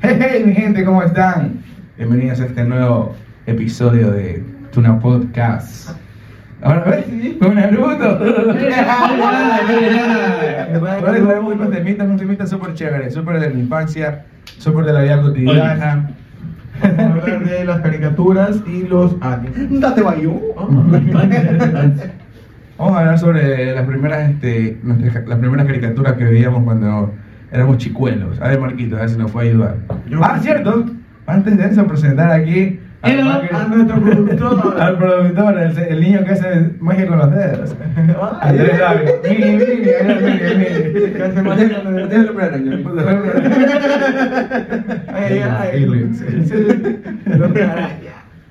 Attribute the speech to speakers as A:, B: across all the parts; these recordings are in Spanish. A: Hey, hey, mi gente, ¿cómo están? Bienvenidos a este nuevo episodio de Tuna Podcast. Ahora ves, sí, fue un Naruto. Ahora traemos unos temitas, unos temitas súper chéveres, súper de la infancia, súper de la vida cotidiana.
B: Vamos a hablar de las caricaturas y los animes.
C: Date bayú.
A: Vamos a hablar sobre las primeras, este, nuestras- las primeras caricaturas que veíamos cuando éramos chicuelos. A ver, Marquito, a ver si nos puede ayudar.
B: Yo-
A: ah, cierto. Antes de eso, presentar aquí al,
D: Hello.
A: marque-
B: A nuestro
A: al
B: productor.
A: productor, el, el niño que hace magia con los dedos. Andrés Dávila. Mini, mini, mini, mini, mini.
B: Que hace magia con los
C: Déjalo para araña.
B: Ay, ay, ay.
A: Sí.
B: Sí, lo que araña.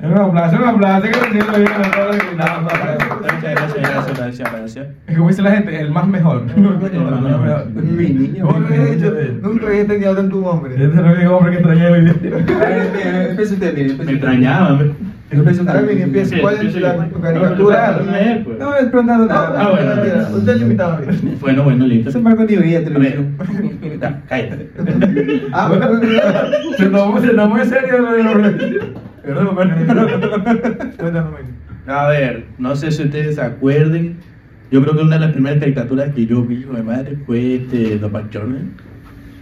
A: Un aplauso, un aplauso. Que nos siento bien a todos los que nada más para-
D: Gracias, gracias, gracias, gracias, gracias.
A: Es como dice la gente, el más mejor.
C: Mi niño.
A: Bueno,
B: Nunca había
A: bien hecho.
B: hecho- Nunca había entendido tanto un
A: Este
B: hombre.
A: es el único hombre que extrañé hoy día.
C: Empieza usted, mire.
D: Me extrañaba, me-
C: Empieza
B: Ahora bien,
C: usted.
B: empieza.
D: Sí,
B: ¿Cuál
D: sí,
B: es
D: sí.
B: la, tu
D: No,
B: caricatura?
D: no, no, no, pues.
C: No me he preguntado nada.
D: Ah, bueno.
B: Mira, Usted es invitado.
D: Bueno, bueno, listo.
C: Eso me ha contigo y
D: A ver, da, cállate.
B: Ah, bueno.
A: Se tomó, se tomó en serio lo de los- Perdón, compadre.
B: Cuéntame.
D: A ver, no sé si ustedes se acuerden. Yo creo que una de las primeras caricaturas que yo vi con mi madre fue este, Los Pachones.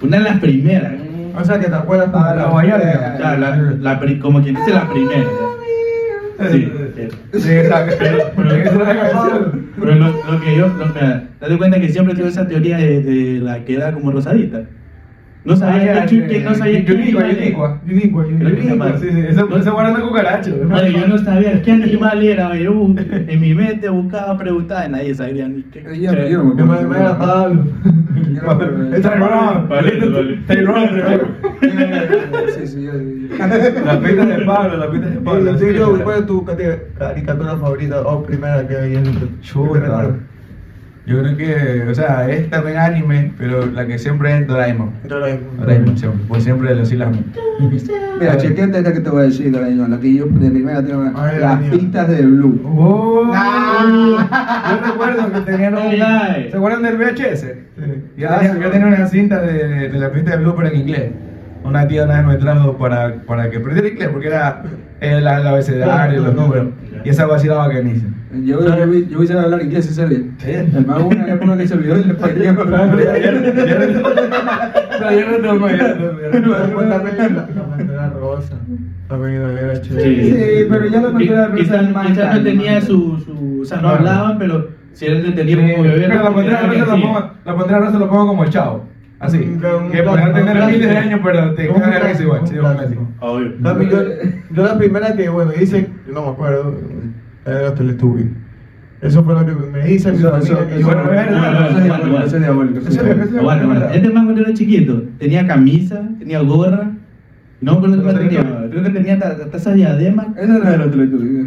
D: Una de las primeras.
B: O sea, que te acuerdas
A: Ah, la
D: O
A: guayana.
D: sea, la, la pri- como quien dice la primera.
B: Ah,
D: Sí, sí.
A: Sí, exacto. Pero- pero es una canción.
D: Pero lo, lo que yo, lo que, date cuenta que siempre tuve esa teoría de, de la que era como rosadita. No sabía
A: Ah,
D: qué chute, no sabía qué
A: Yunicua,
D: animal
A: Yunicua.
D: era.
A: Yunicua,
D: Creo que se llama.
A: Yunicua. Sí, sí, esa- esa guarda de cucaracho.
D: Madre, yo no sabía qué animal era. Yo bu- en mi mente buscaba, preguntaba y nadie sabía ni qué.
C: Yo no- yo no
B: Que me me era Pablo.
A: Es Tyrone.
D: Vale, vale.
A: Tyrone.
C: Sí, sí, yo.
A: La pita de Pablo, la pita de Pablo.
B: Y tú, yo, ¿Cuál es tu cate- caricatura favorita o primera que veías? en tu- que
A: Chuta.
B: recuerdas?
A: Yo creo que, o sea, es también anime, pero la que siempre es Doraemon. Doraemon, siempre, pues siempre lo silamos.
C: Mira, chequete esta que te voy a decir, cariño. La que yo de primera tengo.
B: Ay,
C: Las
B: Dios.
C: pistas de Blue.
A: ¡Oh! Yo recuerdo que tenían un...
D: Ay, ay.
A: ¿Se acuerdan del VHS?
B: Sí.
A: Yo tenía, yo tenía una cinta de, de la pista de Blue, pero en inglés. Una tía una vez me trajo para, para que aprendiera inglés, porque era el, el abecedario, los números. Y esa vacilaba bacanísima.
C: Yo, yo, vi- yo hice hablar inglés ese día.
A: Sí.
C: El mago una época que se olvidó y le pedía hablar.
A: Pero ya- ya no- ya no tomo, ya no tomo, ya no tomo.
B: La pantera rosa. La pantera era chévere.
C: Sí, pero ya la pantera rosa
D: Quizás
C: es más
D: quizás no
C: calma.
D: tenía su, su. O sea, no
A: Claro.
D: hablaban, pero si él
A: Sí,
D: entendía como bebé.
A: Pero la
D: como
A: pantera
D: que
A: rosa la
D: así.
A: pongo, la pantera rosa lo pongo como el chavo. Así.
B: Un- un-
A: Que podrá
B: un-
A: tener
B: un-
A: miles de años, pero te
B: un-
A: cagas que es
B: un-
A: igual.
B: un-
A: Sí, un clásico.
D: Obvio.
B: No, mi- yo, yo la primera que, bueno, hice, yo no me acuerdo, era los Teletubbies. Eso fue lo que me hice. mi
C: Eso-
B: familia,
C: eso-
B: que yo-
A: bueno, a ver,
D: Ah,
C: Eso es diabólico, eso es diabólico.
B: Eso es- eso
D: Aguanta, aguanta. Este man cuando era chiquito tenía camisa, tenía gorra. No me acuerdo qué más tenía. Creo que tenía ta- ta- taza de diadema.
C: Esa no es la teletubbie.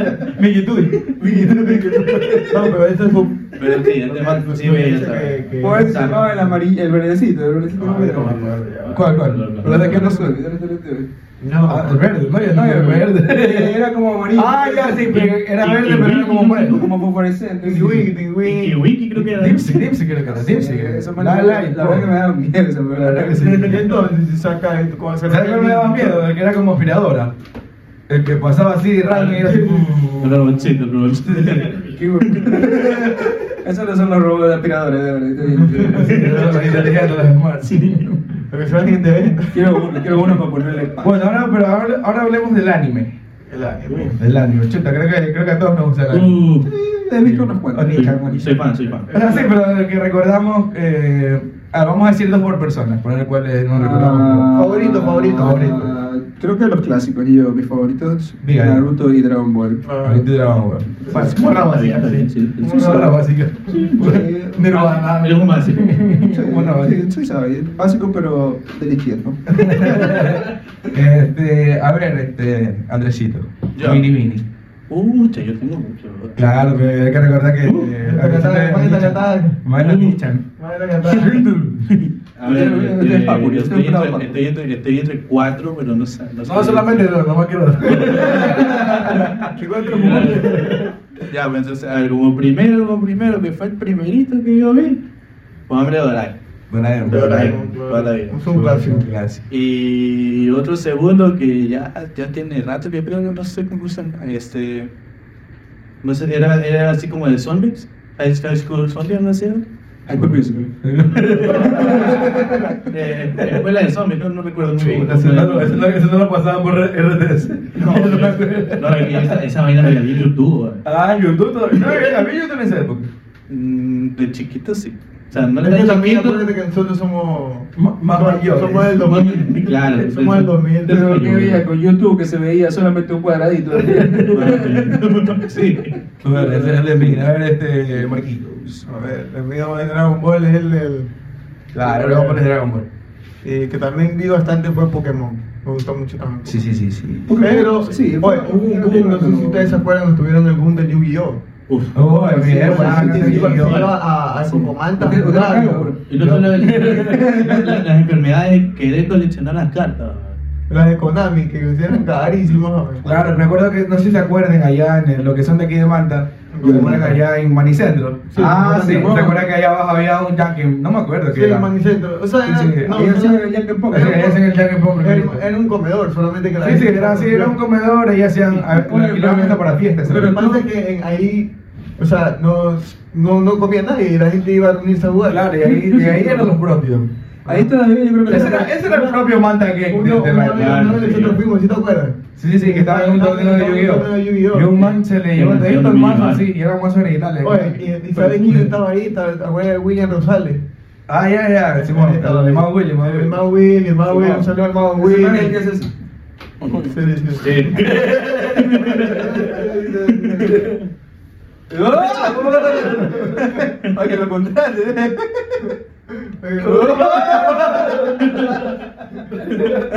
A: Mi YouTube.
B: No, pero este fue...
D: Pero sí, este man sí veía esa.
B: Que- que-
C: Por
A: Pues,
C: eso se llamaba el amarillo, el verdecito, el verdecito.
A: Ah,
C: ¿cómo
B: No,
C: era?
B: yo no me acuerdo, ya.
A: ¿Cuál, cuál? ¿Pero de qué no
C: Eso,
A: soy?
C: era el Teletubby.
A: Ah, el verde, no, yo no, el verde.
C: Era como amarillo.
A: Ah, ya, sí, pero era verde, pero era como muerto.
C: Como fosforescente.
B: Wiki, Wiki,
D: Y que
B: Wiki.
D: Wiki creo que era.
A: Dipsy, Dipsy, que le canta, Dipsy. eh. que-
C: Eso me
A: La
C: la
A: Light,
C: la verdad que me
A: po.
C: daba miedo esa
A: La verdad que sí.
B: Entonces, si saca esto, ¿cómo hacer?
A: ¿Sabes cuál me daba miedo? El que era como aspiradora. El que pasaba así, raro, y era así.
D: El robotcito, el robotcito.
C: Qué hue- Esos no son los robots de aspiradores, de verdad. estoy bien.
A: Los inteligentes, los smart.
B: Lo que suena gente ve.
C: Quiero uno, quiero uno para ponerle pan.
A: Bueno, ahora, pero ahora, ahora hablemos del anime.
B: El anime.
A: Del anime, chuta, creo que, creo que a todos nos gusta el anime.
D: Uh,
C: he visto unos cuantos.
A: Ok.
D: soy- Soy fan, soy fan.
A: O sea, sí, pero de lo que recordamos, eh, ah, vamos a decir dos por persona, por ver cuáles no recordamos.
B: Favorito, favorito, favorito.
C: Ah, Creo que los clásicos, yo, mis favoritos,
A: Diga.
C: Naruto y Dragon Ball.
A: pero- Ahorita ya vamos a ver. Como una básica,
D: Sí,
A: sí.
D: sí.
A: Como Una básica. pues, Nirvana.
D: Eres un básico.
A: Una básica.
C: Sí, soy sabio, básico pero del izquierdo.
A: Este, a ver, este, Andresito.
D: Ya.
A: Mini Mini.
D: Uh, che, yo tengo mucho.
A: Claro, pero hay que recordar que. eh,
B: la catada,
A: Andresito
B: la
A: es-
B: catada.
A: Maela Nichan.
B: Madre que tal.
D: A ver,
C: Usted-
D: este,
C: usted es Paco, yo
D: estoy
C: soy Bravo.
D: entre- estoy entre- Estoy entre cuatro, pero no sé. sé.
A: No, solamente dos, no más que dos.
D: Ya, pues entonces, a ver, como primero, como primero, que fue el primerito que yo vi, fue Hombre Doraemon.
A: Doraemon.
D: Doraemon. toda la vida.
B: Es un clásico.
A: Gracias.
D: Y otro segundo que ya, ya tiene rato que pero no sé cómo usan. Este. No sé, era, era así como de zombies. High High School Zombies, no sé.
C: Ay, pues, musical.
D: Eh, fue la de zombies, no, no recuerdo muy bien.
A: Puta, Eso no, eso no- eso no lo pasaban por RTS.
D: No, yo- no, esa, esa vaina me la vi en YouTube. güey.
A: Ah, YouTube todavía. No, a mí yo también en esa época.
D: Mm, De chiquito sí. O sea, no
B: Es
D: le
B: que
D: de
B: también
D: chiquito.
B: acuérdate que nosotros somos.
A: Ma- más
B: somos-
A: mayores.
B: Somos del 2000.
D: Claro,
B: Somos del 2000.
C: Desde lo que veía con YouTube, que se veía solamente un cuadradito.
D: Sí.
A: A ver, ese es el de mí. A ver, este, Marquitos.
B: A ver, el mío de Dragon Ball es el. el
A: Claro, le voy a poner Dragon Ball.
B: eh, que también vi bastante fue Pokémon. Me gustó mucho también.
A: Sí, sí, sí, sí.
B: Pero,
C: Sí,
B: oye, hubo un boom, no sé si ustedes se acuerdan, tuvieron el boom de Yu-Gi-Oh!
D: Uf.
A: Oh, es
B: Sí,
A: bien,
B: bueno,
A: bueno,
B: sí,
A: sí,
B: sí,
A: sí,
B: yo
A: sí.
B: iba a, a Cocomanta.
C: Usted- usted
B: jugaba,
C: acá,
B: yo-
C: bro.
D: Y no solo la- la- las enfermedades, querer coleccionar las cartas.
B: Las de Konami, que lo hicieron carísimas. hombre.
A: Claro, me acuerdo que, no sé si se acuerdan, allá en el- lo que son de aquí de Manta, ¿se acuerdan que allá en Manicentro?
B: Sí,
A: ah,
B: en
A: sí,
B: Manicentro.
A: ¿se acuerdan que allá abajo había un yaque? No me acuerdo
B: Sí,
A: qué
B: el
A: era.
B: manicentro. O sea,
A: Sí,
B: era,
A: sí,
B: no,
A: ahí
B: no,
A: hacían el Jack and Poker.
B: era-
A: Ahí hacían el Jack and Poker.
B: Era, era un comedor, solamente que la
A: Sí, sí, era así, era un comedor, y hacían, a-
C: Oye,
A: alquilaban
C: pero-
A: esto para fiestas.
B: Pero
A: ¿sabes?
B: el pasa es que en- ahí, o sea, no, no, no comía nadie y la gente iba a reunirse a jugar.
A: Claro, y ahí, y ahí eran los propios.
C: Ahí todavía yo creo que
A: Ese era, ese era el propio Manta Game de,
B: Uno,
A: de
B: una
A: la
B: vez nosotros fuimos, ¿sí te acuerdas?
A: Sí, sí, sí, que estaba en un torneo de
B: Torneo de
A: Yu-Gi-Oh!
B: Yu-Gi-Oh.
A: Y un man se le
D: Sí,
A: llevó
D: sí,
A: de estos
D: sí,
A: mazos
D: sí.
A: así, y eran mazos originales.
B: Oye, y, y ¿sabes quién estaba ahí? Estaba- ¿Te acuerdas de William Rosales?
A: Ah, ya, ya, Simón,
B: Estaba
A: el
B: ahí.
A: Mau Willy, Mau
B: El
A: Willy.
B: Mau Willy, el Mau
A: Sí,
B: Willy,
A: Mau.
B: un saludo al Mau
C: Uy,
B: Willy.
C: ¿qué es eso?
B: Sí, sí, sí.
D: Sí.
C: ¡Oh! ¿Cómo que te- Para que lo ¿eh? contrate.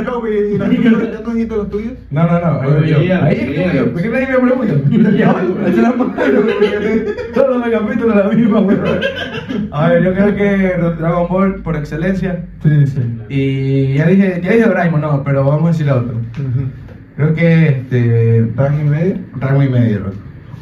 B: Yo, güey, ¿y los tuyos? ¿Ya tú dijiste los tuyos?
A: No, no, no, ahí
D: Oye,
A: yo.
D: William,
A: Ahí es que
D: William.
A: ¿Por qué nadie me pregunta?
C: Ese era malo, güey.
A: Todos los capítulos la misma, weón. A ver, yo creo que Dragon Ball por excelencia.
B: Sí, sí.
A: Y ya dije, ya dije Doraemon, no, pero vamos a decir la otra. Creo que este.
B: ¿Rango y medio?
A: Rango y medio, loco.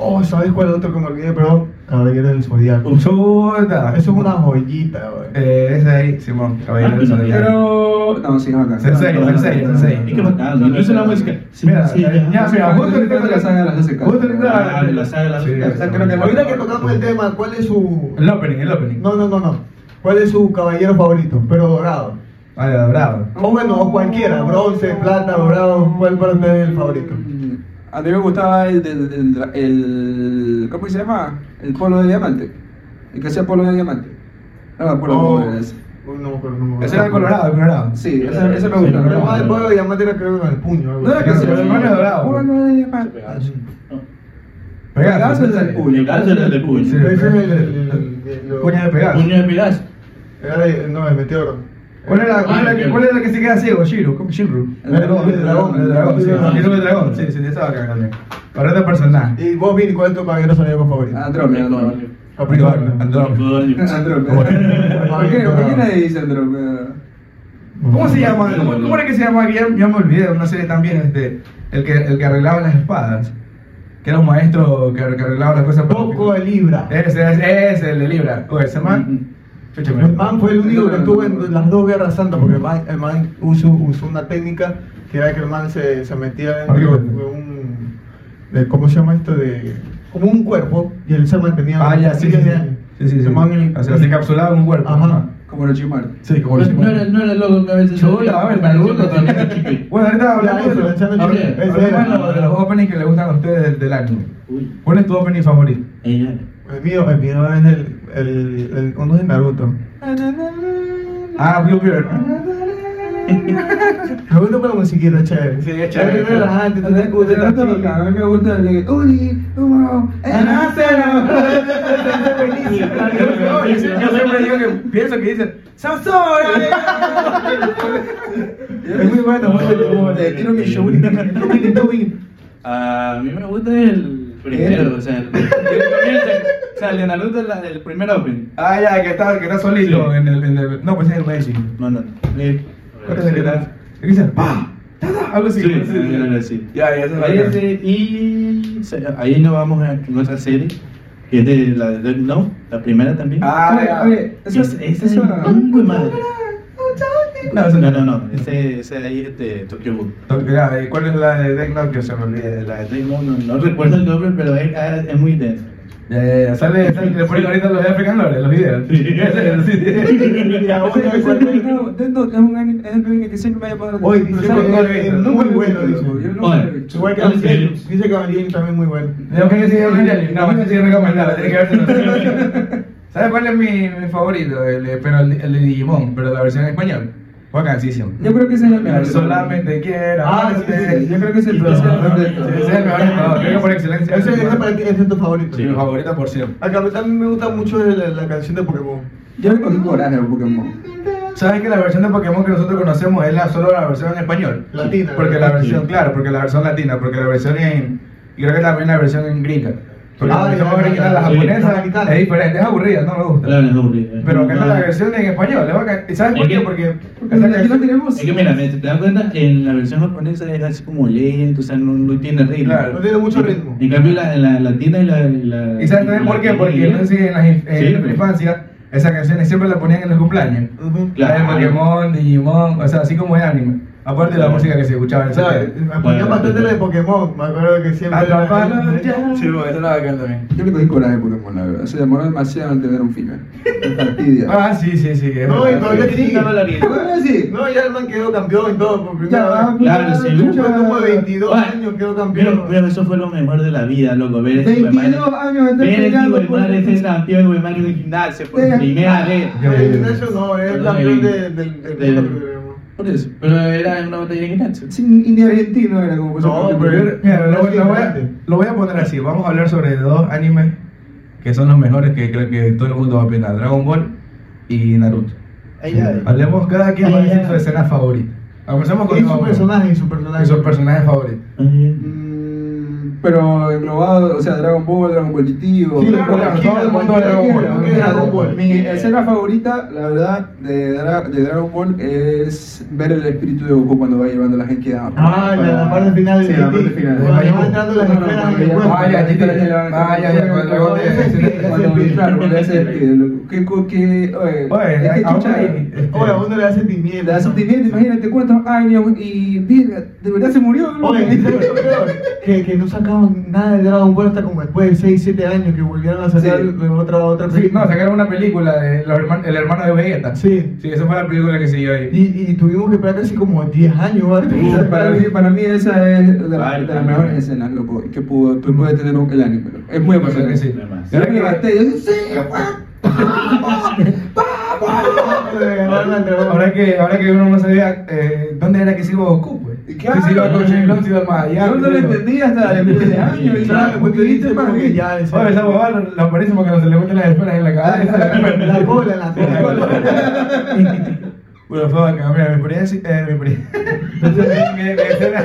B: Oh, ¿sabes cuál es otro que me olvidé? Perdón. Ahora que era el Zodiaco.
A: Chuta.
B: Eso es una joyita, güey.
A: Eh, ese ahí, Simón, caballero del Zodiaco.
C: Pero. No, sí, no, acá.
A: Sensei,
C: No, no, no,
A: sensei,
C: no, no,
A: sensei.
C: no, no,
D: Y qué
C: no,
D: bacán,
C: no,
D: incluso
C: no,
D: la
C: no,
D: música.
C: no.
A: Mira,
D: Sí,
A: ya,
D: ya.
A: mira, justo
C: Yo creo que la saga de las doce casas.
A: Justo ahorita.
D: La saga de las doce
A: Sí,
D: casas.
A: o sea,
C: creo que-
B: Ahorita que tocamos el tema, ¿cuál es su...?
A: El opening, el opening.
B: No, no, no, no. ¿Cuál es su caballero favorito? Pero dorado.
A: Ah, ya, bravo.
B: O bueno, o cualquiera. Bronce, plata, dorado. ¿Cuál para ustedes es el favorito?
C: A mí me gustaba el, del- el, el- ¿Cómo se llama? El polo de diamante. El que hacía polo de diamante. No me acuerdo
B: Oh,
C: cómo era ese.
B: uy, no, pero no me
A: Ese era el colorado, el colorado.
C: Sí, ese, ese me gusta.
B: Pero
D: no,
B: más Ah, el
D: no.
B: pueblo de diamante era creo que con el puño. algo
A: No,
B: así.
A: que se lo pone dorado.
C: Polo de diamante.
A: Pegaso.
C: Pegaso es el puño.
D: Pegaso es el de puño.
A: Sí,
B: Ese es el- el-
A: el-
B: el- el- lo-
A: Puño de Pegaso.
D: Puño de Pegaso.
B: Era de- no, el meteoro.
A: ¿Cuál era, cuál, era, que- cuál era que se queda ciego? Shiro, ¿cómo Shiro?
C: El dragón,
A: el dragón, el dragón, sí,
B: Ah.
A: Shiro el dragón, sí, sí, de esa vaca también. Para este personaje.
B: Y vos, Vini, ¿cuál es tu caballero zodiaco favorito?
A: Ah,
C: Andrómeda. Andrómeda.
A: Andrómeda, Andrómeda.
C: Andrómeda. ¿Por qué? ¿Por qué nadie dice Andrómeda?
A: ¿Cómo
B: Mm.
A: se llama? ¿Cómo, cómo era que se llamaba? Que ya, ya me olvidé, una serie también, este, el que, el que arreglaba las espadas. Que era un maestro que, que arreglaba las cosas. para-
B: Poco de Libra.
A: Ese, ese, ese, el de Libra. Oye, ese
C: Mm,
A: man. chucha,
B: Mm, El
A: me-
B: man fue el único que tuvo en las dos guerras santas, porque el man, el man usó, usó una técnica que era que el man se, se metía en
A: Arriba.
B: un... de- ¿Cómo se llama esto? De, como un cuerpo, y él se mantenía...
A: Ah, ya, sí, sí, sí. Sí, sí, sí.
B: El man en-
A: O sea, se encapsulaba en un cuerpo.
B: Ajá.
C: Como los chimares.
A: Sí, como lo
D: No
A: hicimos.
D: era, no era loco que a veces.
A: Chulo, a ver, Naruto también. Bueno, ahorita
B: Ya,
A: hablamos de
B: eso,
A: los,
B: lanzando
A: hable-
D: chile.
A: hablemos de
B: Ese era.
A: los- de los openings que le gustan a ustedes del, del anime.
D: Uy,
A: ¿Cuál es tu opening favorito?
D: ella.
B: El mío, el mío es el, el, el- uno de Naruto.
A: Ah, Bluebeard.
B: Me gusta por la musiquita, es chévere.
A: Sí, es chévere.
B: Es relajante, tú te escuchas
C: Pero no te
B: tranquilo.
C: toca, A mí me gusta el de Uri, Umo,
A: Yo siempre digo que pienso que dicen ¡Sasora!
B: Es muy bueno, muy bueno.
C: Te quiero mi show.
D: A mí me gusta el primero, o sea, el, el, o sea, el de Naruto es la- el primer open.
A: Ah, ya, que está, que está solito
D: Sí.
A: en, el, en el. No, pues es el Magic.
D: No, no, no. Eh,
A: ¿Cuál es el que está? ¿Qué dice? ¡Pah! ¡Tada! Algo así.
D: Sí, sí, sí.
A: Ya, ya se
D: Ahí ese- y se- ahí nos vamos a nuestra serie. que es de la de Death Note, la primera también.
C: Ah,
D: Oye,
C: ya.
D: oye, esa es, esa es
C: Esa-
D: muy madre. No, esa- no, no, no, ese, ese de ahí es de Tokyo Ghoul.
A: Entonces, ya, eh, ¿Cuál es la de Death Note que se me olvida?
D: Eh, La de Death Note, no, no recuerdo el nombre, pero es, ah, es muy denso.
A: Ya, ya, ya, sale, sale, le ponen ahorita los de African Lore, los videos.
D: Sí.
A: Sí.
B: Ya,
C: Ese-
B: bueno,
C: ese-
B: igual,
C: Death Note- Death Note es un anime- es el anime que siempre me ha llamado la
B: Hoy
C: atención.
B: dice
A: Yo no lo he
B: que es
A: visto.
B: muy bueno,
C: Yo
B: dice.
C: nunca lo he
D: Oye,
C: visto.
B: Igual que
D: ¿En serio?
B: Evangelion. Dice que Evangelion también es muy bueno.
A: No, que sí, Evangelion. No, que sí, recomendado. Tiene que verse. ¿Sabes cuál es mi, mi favorito? El, de- pero el, el de Digimon, pero la versión en español. Fue cansísimo.
C: Yo creo que ese es el mejor.
A: Solamente quiero
B: Ah, sí,
A: amarte.
B: sí, sí.
C: Yo creo que es el
D: No,
C: mejor.
D: no, no.
A: Ese es el mejor de todos. Creo que por excelencia.
B: Ese, ese para ti, ese es tu favorito.
A: Sí, mi favorito por siempre.
B: Ah, A mí también me gusta mucho la, la canción de Pokémon.
C: Yo le cogí coraje a Pokémon.
A: ¿Sabes que la versión de Pokémon que nosotros conocemos es la, solo la versión en español?
B: Latina,
A: Porque la
B: ¿verdad?
A: versión,
D: Sí.
A: claro, porque la versión latina, porque la versión en. Y creo que también la versión en gringa. Porque
B: Ah,
A: la versión
B: ya, ya,
A: original,
B: ya.
A: la
D: Sí.
A: japonesa,
B: Americana.
A: es diferente, es aburrida, no me gusta.
D: Claro, es doble.
A: Pero acá está la
D: No.
A: versión en español, es bacán. ¿Y sabes
D: Es
A: por
D: que-
A: qué? Porque
C: Porque
A: esa
C: aquí no
A: canción-
C: tenemos.
D: Es que mira, te das cuenta, en la versión japonesa es así como lento, o sea, no, no tiene ritmo.
A: Claro.
B: No tiene mucho ritmo.
D: En cambio, la, la latina y la. y la
A: ¿Y sabes también por qué? Porque no sé si en, las inf- en
D: Sí,
A: la
D: pero-
A: infancia esas canciones siempre las ponían en los cumpleaños.
B: Ujú.
D: Claro.
A: La de Pokémon, Digimon, o sea, así como de anime. Aparte de la
D: Claro.
A: música que se escuchaba en
B: O
A: ese
B: sea,
A: tiempo.
B: me ponía bastante la de Pokémon. Me acuerdo que siempre. era-
A: Atrapalo ya. Sí, bueno, eso era bacán también.
C: Yo le cogí coraje a Pokémon, la verdad. Se demoró demasiado en tener un final. Me fastidia.
A: Ah, sí, sí, sí. es
B: No, y
A: verdad.
B: todavía tiene que ganar la
C: ¿Qué voy
B: vida.
C: a decir?
B: No, ya el man quedó campeón y todo por primera
A: Ya,
B: vez.
D: Claro, sí,
B: Yo
D: mucho.
B: como de 22
D: Bueno,
B: años quedó
D: Pero,
B: campeón.
D: pero eso fue lo mejor de la vida, loco. Ver
C: 22 años
D: de
C: estar
D: Ver este el
C: peleando
D: hijo de
C: por-
D: madre ser campeón, güey, madre de un gimnasio por
C: Sí.
D: primera vez.
B: Ah.
A: Ya, ya, ya.
B: Eso no, es el campeón de- del del
D: Del-
B: mundo.
D: Por eso, pero era una batalla de gimnasio.
C: Sí, y ni argentino era como.
B: No,
A: Pero yo- mira, lo, voy- lo voy a, lo voy a poner así. Vamos a hablar sobre dos animes que son los mejores que creo que todo el mundo va a opinar. Dragon Ball y Naruto.
D: Ahí ya.
A: Hablemos cada quien va a decir su escena favorita. Empezamos con
B: Y su
A: Dragon Ball.
B: personaje, y su personaje.
A: Y sus personajes favoritos.
C: Mm, Pero englobado, o sea, Dragon Ball, Dragon Ball GT, o
B: Sí,
A: claro, aquí
C: todo el mundo de Dragon Ball.
A: aquí Dragon Ball.
C: Mi escena favorita, la verdad, de, Dra- de Dragon Ball es ver el espíritu de Goku cuando va llevando a la gente a.
B: Ah, la, la parte final
C: Sí,
B: de
C: la parte final.
B: Cuando va entrando las
C: No, no,
B: esferas
C: porque
B: en el
C: ya-
B: cuerpo.
A: Ah, ya, aquí te- ah, ya, ya, cuando luego te-
B: Ese es el-
C: Cuando,
B: ese es el-
C: claro, cuando ya se despide, loco. ¿Qué, co- qué, oye,
A: Oye,
C: es que
A: ahora-
C: chucha,
A: este,
B: Oye, a uno le da sentimiento.
C: le da sentimiento, imagínate cuántos años y, verga, de verdad se murió, loco.
B: Oye, ¿sabes lo peor? que, que no sacaban nada de Dragon Ball hasta como después de 6, 7 años que volvieron a sacar
C: Sí.
B: de otra, otra
A: Sí, no,
B: película.
A: sacaron una película de los herman- el hermano de Vegeta.
B: Sí.
A: Sí, esa fue la película que siguió ahí.
B: Y, y tuvimos que esperar casi como 10 años. ¿vale?
C: Esa, para, mí, para mí esa es de, la- de
D: Vale,
C: las
D: vale.
C: mejores escenas loco, que pudo, que pude tener un- el anime. loco. Es muy
A: Yo creo
C: emocionante.
A: que sí.
D: Además.
C: Yo me levanté y yo sí,
A: Ahora que, ahora que uno no sabía eh, dónde era que se iba Goku, pues.
C: ¿Y qué
A: Que se iba
C: hablas?
A: con Shenlong, se iba más allá.
C: Yo no lo
A: pero-
C: entendí hasta después de años. Y
B: Claro,
C: porque viste,
B: como
C: man,
B: que ya, ese-
A: Oye, esa huevada lo- lo aparece porque no se le meten las esferas en la
C: Ah,
A: cabeza.
B: La cola, la cola.
A: Bueno, fue bacán. Mira, mi experiencia. Eh, mi experiencia. mi, mi escena,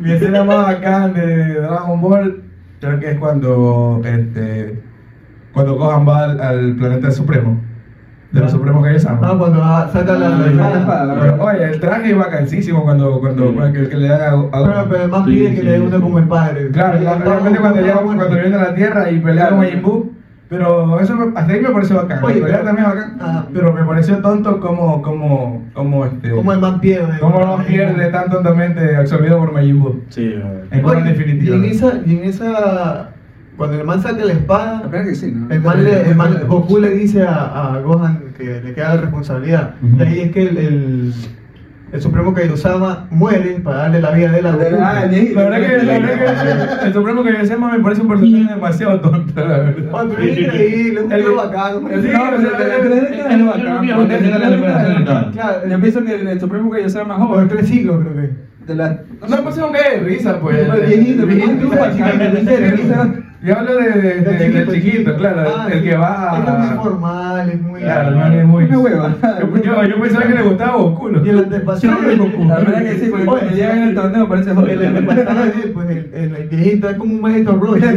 A: mi escena más bacán de Dragon Ball creo que es cuando. Este, cuando Gohan va al, al planeta supremo. De los supremos que ellos
B: Ah,
A: aman.
B: cuando ah, saca la, la
C: Ah, la
B: espada.
C: espada.
A: Pero, oye, el traje es bacanísimo cuando, cuando,
D: Sí.
A: cuando el que le dan a, a
B: Pero, pero el man pide que le dé uno como el padre.
A: Claro,
B: Y
A: la-
B: está
A: realmente
B: como-
A: cuando
B: está
A: llegan,
B: bueno.
A: cuando vienen a la Tierra y pelearon con Majin Buu, pero eso me- hasta ahí me pareció bacán.
B: Oye,
A: la pelea
B: pero-
A: también es bacán,
B: Ajá.
A: pero me pareció tonto como, como, como este,
B: Como el ¿eh? man pierde.
A: cómo no pierde tan tontamente absorbido por Majin Buu.
D: Sí, güey.
A: En forma
B: Oye,
A: definitiva.
B: Y en esa, y en esa, cuando el man saca la
C: La
B: espada,
C: verdad que sí, ¿no?
B: el man, le, el man- Goku le dice a, a Gohan que le queda la responsabilidad.
A: Ujú.
B: De ahí es que el, el, el Supremo Kairosama muere para darle la vida de él a Goku.
C: Ah, ya.
A: La verdad que, la verdad que el Supremo que yo me parece un personaje demasiado tonto, la verdad.
B: Oye, pero es increíble, es un
A: El-
B: tío bacán.
A: el-
C: No, pero el- el- el- el- el- bacán,
D: Yo
C: porque-
D: creo que-
C: Claro, yo pienso que el- el Supremo que yo sea más
B: Por
C: joven.
B: tres siglos creo que.
C: De la,
A: No me parece un gay de risa, pues.
C: El viejito, el viejito,
A: bacán,
C: el viejito.
A: Yo hablo de, de, de- del chiquito, claro,
B: Ah,
A: el, el que va
B: Es muy
A: a...
B: formal, es muy.
A: Claro, no es muy...
C: Una hueva.
A: Yo, yo- yo pensaba que le gustaba Goku, ¿no?
B: Y el antepasado de Goku.
C: La verdad que sí, porque cuando
B: Oye,
C: llegan al torneo parece
B: El antepasado de él, pues el, el, el viejito es como un maestro Roy, es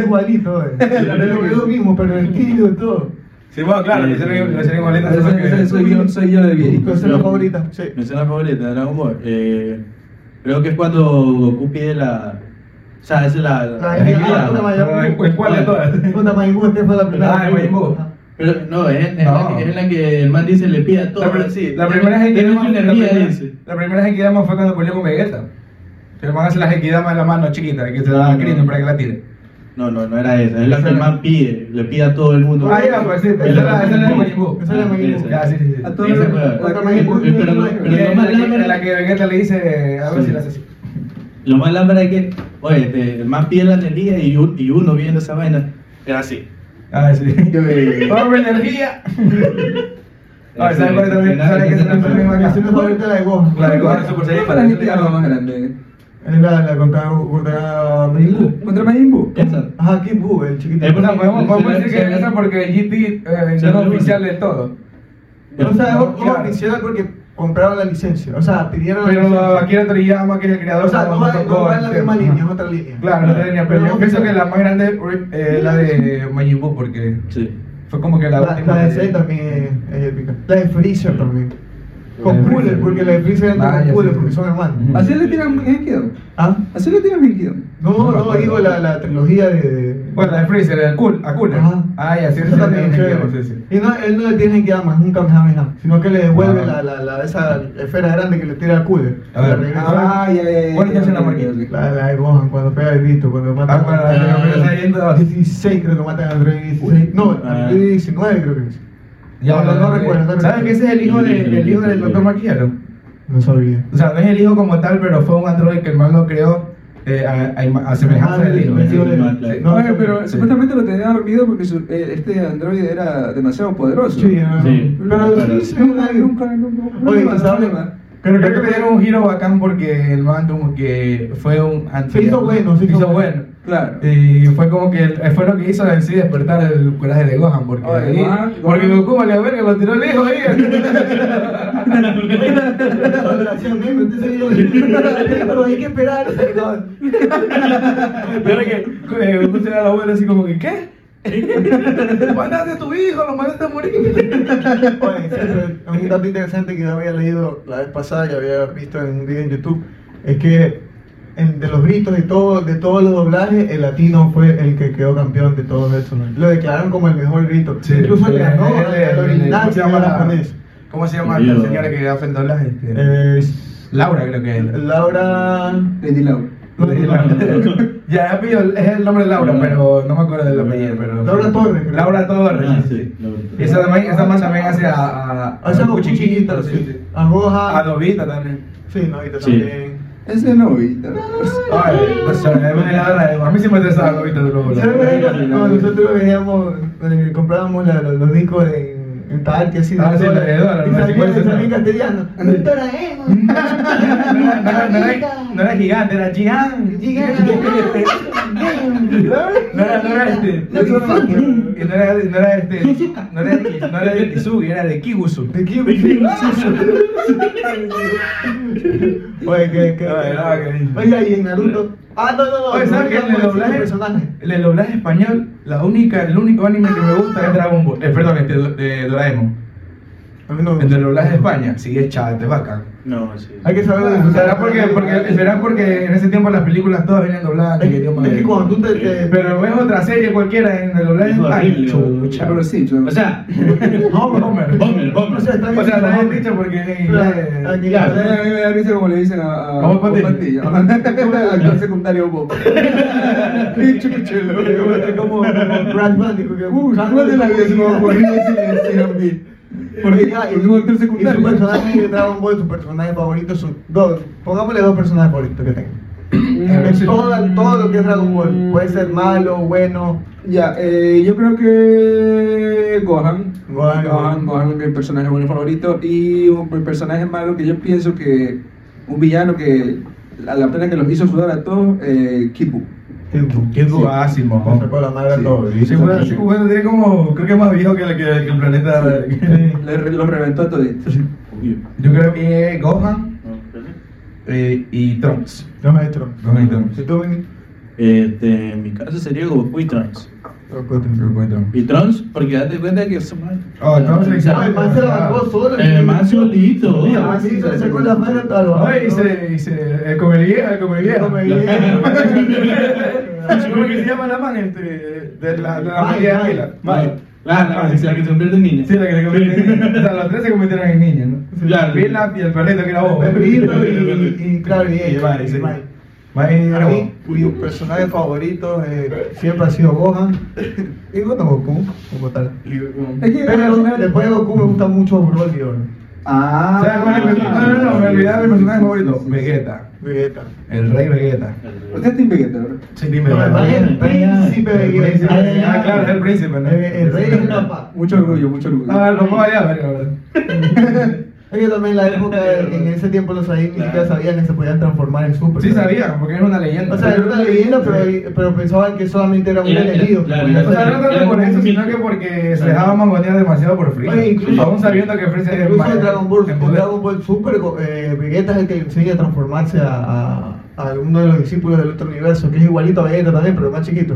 B: igualito. eh. Es lo mismo, pero el tío y todo.
A: Sí, bueno, claro, le hicieron- le hicieron igualito,
C: Ese-
A: solo que-
C: ese Soy yo- soy yo de viejito.
B: Tu escena favorita. Sí.
D: Mi escena favorita de Dragon Ball. eh, creo que es cuando Goku pide la. O sea, esa es la. la-
B: La
A: de
B: de
A: aquí,
B: ah,
A: la-
B: puta Mayagüez.
A: la- ¿cuál de todas?
B: Puta Mayagüez, esta fue la primera.
A: Ah, de Mayimbo.
D: Pero no, es,
A: No.
D: es La, que, es la que el man dice le pide a todos.
A: Ah. La, pri-
D: así.
A: la primera
D: Deme
A: Genkidama
D: su
A: la
D: energía,
A: primera-
D: dice.
A: la primera Genkidama fue cuando peleó con Vegeta. Que el man hace la Genkidama en la mano chiquita, que se da
B: Ah.
A: a Krillin para que la tire.
D: No, no, no era esa. Es la que el man pide. Le pide a todo el mundo.
A: Ahí va, pues sí, esa es la esa es la de Majin Buu.
B: Esa es la de Majin Buu.
A: Ya, sí, sí, sí.
C: A
D: Esa fue la-
C: la-
D: Pero
B: Majin Buu.
D: pero lo-
A: Y la,
D: pero lo más
A: la que, la
D: lámpara-
A: que Vegeta le dice, a ver
D: Sí.
A: si la hace así.
D: lo más lámpara es que, oye, este, el man pide la energía y, un- y uno viendo esa vaina. Era así.
A: Ah, sí.
D: Era
A: ¡Vamos, energía! Ah,
D: así,
A: ¿sabes cuál también?
D: era-
A: ¿Sabes que esa
D: era-
A: también
B: Mi canción favorita es la de Gohan.
A: La de Gohan.
C: Bueno, Super Saiyan para la gente ya lo más grande.
B: Es la la contra contra Majin Buu.
C: Contra Majin Buu.
D: Esa.
B: Ajá, Kid Buu, el chiquito.
D: Eh,
A: O sea, podemos, podemos
D: Se-
A: decir
D: se-
A: que es esa porque GT eh,
D: se
A: no es
D: reúne.
A: oficial del todo.
B: No sabemos
A: No,
B: cómo
A: claro.
B: oficial porque compraron la licencia. O sea, pidieron la
A: Pero
B: licencia.
A: Akira Toriyama, que es el creador,
B: O sea, no
A: no
B: va no
A: tocó
B: va
A: el
B: en la
A: tema.
B: misma línea, es otra línea.
A: Claro, no otra línea, pero yo pienso que la más grande es la de Majin Buu porque
D: Sí.
A: fue como que la,
B: La,
A: última.
B: la de C también es épica. La de Freezer también. Con
A: de
B: Cooler,
A: Freezer.
B: porque la de Freezer entra
A: Ah,
B: con
A: ya
B: Cooler
A: sé.
B: porque son hermanos.
A: Ujú.
C: Así le tiran Genkido.
B: ¿Ah?
C: Así le tiran Genkido.
A: No
B: No,
A: me
B: no,
A: acuerdo.
B: digo la, la trilogía de. de-
A: Bueno, la de Freezer, el Cool, a Cooler.
B: Ajá.
A: Ah, ya, sí,
B: Eso
A: eso también es
B: chévere.
A: Akira, sí, sí.
B: Y no, él no le tiene que dar más, nunca más nada, sino que le devuelve
A: Ah.
B: la, la, la, esa esfera grande que le tira a Cooler.
A: A ver,
B: La regresa.
A: ah,
C: ya, ya, ya.
A: ¿Cuál es la marquilla?
B: La, la de Gohan, cuando pega el grito, cuando mata
A: Ah, bueno,
B: a-
A: pero me está yendo
B: a
A: así.
B: 16 creo que matan a Android 16. No,
D: Ah.
B: Android 19 creo que es.
A: Ya,
B: No, no recuerdo, no
A: ¿Sabes
B: recuerdo.
A: que ese es el hijo, de, el hijo del Dr. Maquiaro?
B: No sabía.
A: O sea, no es el hijo como tal, pero fue un androide que el man lo creó eh, a, a ima- a semejanza del hijo.
B: Ah, sí,
D: sí,
B: no,
A: eh.
D: claro.
B: no,
C: Bueno, pero
B: sí.
C: supuestamente lo tenían dormido porque su- eh, este androide era demasiado poderoso.
B: Sí, no, no.
D: Sí.
B: Pero
D: Pero
B: sí,
D: sí,
B: no, no, no.
C: nunca, nunca.
B: Oye,
C: nunca,
B: ¿tú sabes?
C: nunca.
A: Creo que le dieron un giro bacán porque el man como que fue un
B: Se hizo bueno,
A: se hizo bueno.
C: Claro.
A: Y fue como que el- eh, fue lo que hizo en sí despertar el coraje de Gohan porque,
C: Oye,
A: ahí-
C: Gohan-
A: porque
C: Gohan-
A: Goku vale verga, lo tiró lejos ahí.
B: Pero hay que esperar.
A: Pero que eh, Goku se da la vuelta así como que ¿qué? Mandaste a tu hijo, lo mandaste a morir.
B: Oye, sí, pero un dato interesante que yo había leído la vez pasada, que había visto en un video en YouTube, es que en- de los gritos y todo, de todos los doblajes, el latino fue el que quedó campeón de todos esos. Lo declararon como el mejor grito.
A: Sí.
B: Incluso le
A: El-
B: ganó
A: el-
B: al-
A: el-
B: al original
A: ¿cómo
B: que
A: se llama
B: era
A: la-
B: japonés.
A: ¿Cómo se llama la
D: Dios.
A: señora que hace el doblaje? Este,
B: Es
A: Laura creo que es.
B: Laura. ah,
C: Lady Laura.
A: ya, ya pillo, es el nombre de Laura, pero no me acuerdo del apellido. Pero...
B: Laura Torres, creo.
A: Laura Torres.
D: Ah, sí.
A: Esa, también, esa man también hace a. A,
B: A Ah, esa
A: Cuchiquito,
B: cuchiquita,
A: sí, sí. Ah,
B: A Goja.
A: A Novita también.
B: Sí, no, ahorita
D: Sí.
B: también.
C: Ese novita.
A: Ay, pues, a mí sí me interesa Novita de luego.
B: ¿Sabes, por
A: luego.
B: ejemplo, cuando nosotros veníamos, eh, comprábamos la- los, los discos en, en Tarki, así
A: Ah, sí,
B: dólar,
A: la de dólar,
B: y
A: la de
B: salía-
A: 50
B: salía en
A: centavos.
B: castellano.
A: No era- no era- no era- no era gigante, era gigante. No era, no era este. No era, no era este. No era, de- no era de Kisugi, era de Kigusu.
B: ¿De qué? Oye, que, que,
A: Oye, no, que-
B: Oye, y en Naruto. Ah, no, no, no.
A: Oye, ¿sabes qué? En
B: Naruto
A: el
B: es el
A: doblaje,
B: personaje.
A: en el doblaje español, la única, el único anime que me gusta es Dragon Ball. Eh, perdón, este, de Doraemon.
B: A mí no me
A: En
B: gusta.
A: el doblaje de España, sí es chate, bacán.
D: No, sí.
B: Hay que saber disfrutar.
A: ¿Será porque, porque, será porque en ese tiempo las películas todas venían dobladas en
B: Es
A: idioma
B: que- es que
A: de-
B: cuando tú te. te-
A: Pero ves otra serie cualquiera en el doblaje de
D: Es
A: España.
D: horrible,
A: Chucha,
C: Pero sí, yo-
D: O sea,
A: Homer, Homer.
D: Homer, Homer.
B: O sea, está bien
A: O sea,
B: dicho,
A: no
B: Homer.
A: he dicho porque en
B: Claro,
A: inglés.
B: aquí-
C: A mí a mí me da risa como le dicen a, a
A: Vamos, Pati.
C: Pati, a- Actor secundario Bob. Pinche pichuelo.
B: Es como como Brad Bandicoot. que-
C: Uh, jamás de la vida se me ha ocurrido ese- ese nombre. Porque ya,
B: y
C: es un actor
B: y su
C: secundario.
B: personaje de Dragon Ball, su personaje favorito, sus dos. Pongámosle dos personajes favoritos que tenga. En toda- todo lo que es Dragon Ball. Puede ser malo, bueno.
C: Ya, eh, yo creo que Gohan.
B: Gohan.
C: Gohan, Gohan es mi personaje bueno favorito. Y un per- personaje malo que yo pienso que. Un villano que. A la pena que los hizo sudar a todos, eh, Kipu.
A: Qué dudásimo,
B: Le sacó la madre a todos.
A: Sí, bueno, sí, bueno, tiene como, creo que es más viejo que, la- que- que el planeta.
C: Le re- los reventó a todos.
A: Yo creo que Gohan eh, y Trunks.
B: Yo me he hecho.
A: Gohan y Trunks.
B: Si tú ven-
D: Este, en mi caso sería Goku y Trunks.
A: Lo encuentro.
D: Y Trunks, porque date cuenta que eso man.
A: Oh, Trunks
D: O
A: le
D: sea,
B: No, el man se la bancó solo.
D: El man solito.
B: El man sí se sacó la mano a los
A: Ay, y se, y se, el comería, el comería. ¿Cómo que se llama la man este? De la, de la
B: Mai,
A: familia
B: Mai.
A: Águila. Mai.
D: La, la, la, la que se convierte en niña.
A: Sí, la que se convierte en niña. O sea, las tres se convirtieron en niñas, ¿no?
D: Claro.
A: Vila y el perrito que era vos.
B: Pepito y, y claro, y
A: Y
B: ella.
A: Mai, sí. Ah,
B: y Mai.
A: Mai
B: A
A: era vos.
B: mí, cuyo personaje favorito eh, siempre ha sido Gohan. Y bueno, Goku, como tal.
C: Es que
B: Pero después de Goku me gusta mucho Broly, ¿no?
C: Ah,
A: ¿Sabes cuál es mi personaje? No, no, no, me olvidaba mi personaje favorito. Vegeta.
B: Vegeta.
A: El rey Vegeta.
C: Usted es Team Vegeta, ¿verdad?
A: Sí, dime.
B: No, el man es el príncipe de Vegeta.
A: Ah, claro, es el príncipe, ¿no?
B: El, Eh, el rey es el papá.
C: Mucho orgullo, mucho orgullo.
A: Ah, lo puedo variar, pero la verdad.
B: Es que también la época, de- en ese tiempo los Saiyans ni siquiera sabían que se podían transformar en super.
A: Sí sabía, porque era una leyenda.
B: O sea, era una leyenda, pero, pero pensaban que solamente era un
D: Era- era-
B: elegido.
D: claro,
A: O sea, no tanto por eso, sino que porque se dejaba mangonear demasiado por Freeza.
B: Oye, incluso-
A: Aún sabiendo que Freeza es
B: Incluso en Dragon Ball,
A: en
B: en
A: poder.
B: Dragon Ball Super, eh, Vegeta es el que le enseña a transformarse a, a, a uno de los discípulos del otro universo, que es igualito a Vegeta también, pero más chiquito.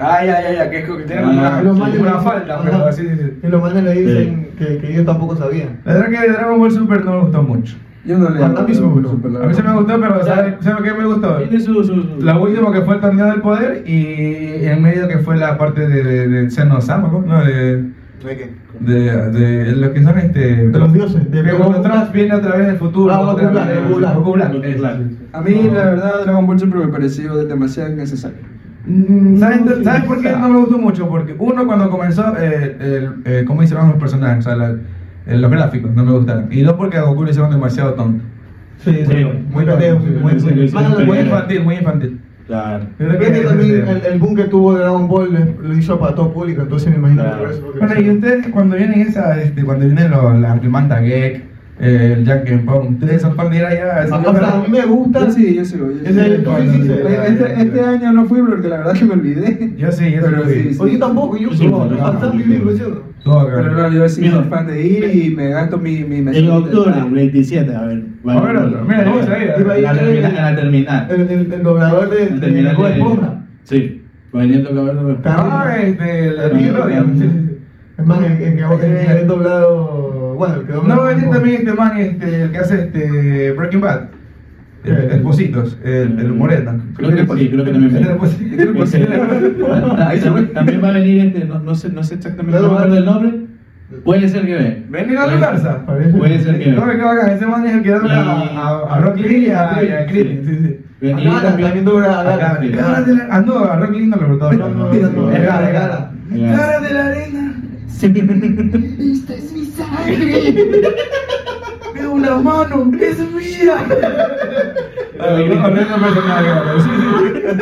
A: Ah, ya, ya, ya, que es que tiene
D: Ah,
A: una,
D: sí,
B: los
A: una,
B: manes le-
A: falta,
B: Ajá.
A: pero así, sí, sí.
B: Y los manes le dicen que, que ellos tampoco sabían.
A: La verdad que Dragon Ball Super no me gustó mucho.
C: Yo no le
B: A mí sí me gustó.
A: A mí sí me gustó, pero ¿sabes ¿sabe qué me gustó?
D: Tiene su, su, su.
A: La última que fue el torneo del poder y en medio que fue la parte de, de, del seno Sama, ¿no? No, De, de, de lo que son este...
B: De los dioses, de
A: que cuando Trunks viene a través del futuro.
B: Ah, Goku
A: otra
B: Black,
A: vez,
B: Goku Black.
A: Goku Black.
D: Goku Black.
C: A mí, la verdad, Dragon Ball siempre me pareció demasiado innecesario.
A: Mm, ¿Sabes, ¿sabes por qué no me gustó mucho? Porque uno cuando comenzó, eh, el, eh, cómo hicieron los personajes, o sea, la- eh, los gráficos, no me gustaron. Y dos porque a Goku lo hicieron demasiado tonto.
B: Sí, sí, muy pendejo, muy
D: Sí, sí, sí.
B: Mano,
A: Muy
D: Sí.
A: infantil, muy infantil.
D: Claro.
A: Yo creo que
B: Vegeta
A: ese
B: también,
A: sería.
B: el, el boom que tuvo de Dragon Ball le- lo hizo para todo público, entonces me imagino que
D: Claro.
B: por eso fue que-
A: Bueno, y ustedes cuando vienen esa, este, cuando vienen los, la demanda Gek, eh, el Jack and Pong, ustedes son fan de ir allá a
B: Ah, O
A: esa
B: sea,
A: cosa?
B: a mí me gusta.
C: Yo sí, yo sí, voy, yo
B: Es
C: sí.
B: el-
C: Oye,
B: sí, sí, sí.
C: Este, este año no fui porque la verdad que me olvidé.
A: Yo sí, yo sí
C: Pero
A: lo vi.
B: Oye, yo tampoco, yo
D: Sí,
B: no,
D: no,
B: hasta
D: no,
B: mi
D: no.
B: libro, ¿cierto?
A: Todo acá.
C: Pero no, yo sí
D: Mira.
C: soy fan de ir y me gasto mi... mi
D: En
C: mesita.
D: octubre, 27, a ver.
A: A ver, otro. Mira, yo no sabía.
D: En la termina- en la terminal.
B: El, el, el doblador de,
D: En la
B: de,
D: terminal.
B: Bob
D: de-
B: Esponja.
D: Sí. Pues Poniendo cabrón.
A: Ah, este, el
D: Sí,
A: Nickelodeon, sí, sí, sí.
B: Es más, el, el, que- el, que ha doblado. Bueno, el que dobla-
A: No, este también este man, este, el que hace este Breaking Bad. El Espositos, el, el Moreta.
B: Ah,
D: Creo que sí, creo que también. Ah,
A: Este Esposito.
C: Creo que sí.
D: Ahí se fue. También va a venir este, no, no sé, no sé exactamente no me acuerdo el nombre. Puede ser que venga.
A: Ven y dale
D: Puede-
A: Garza.
D: Puede ser que
A: No,
D: venga.
A: qué bacán, ese man es el que da a, a, a Rock Lee y a, y a Krillin, sí, sí.
D: Ven, y
B: Ah, también dobla a Gara.
A: Agárrate. Agárrate la- Ah, no, a Rock Lee no lo brotó.
B: No, no, no, no,
A: Es Gara,
B: es
A: Gara.
B: Gara.
A: Gara de la arena.
E: Esta es mi sangre.
A: Veo una mano, es mía. Ah, Horrendo personaje, Gara, sí, sí.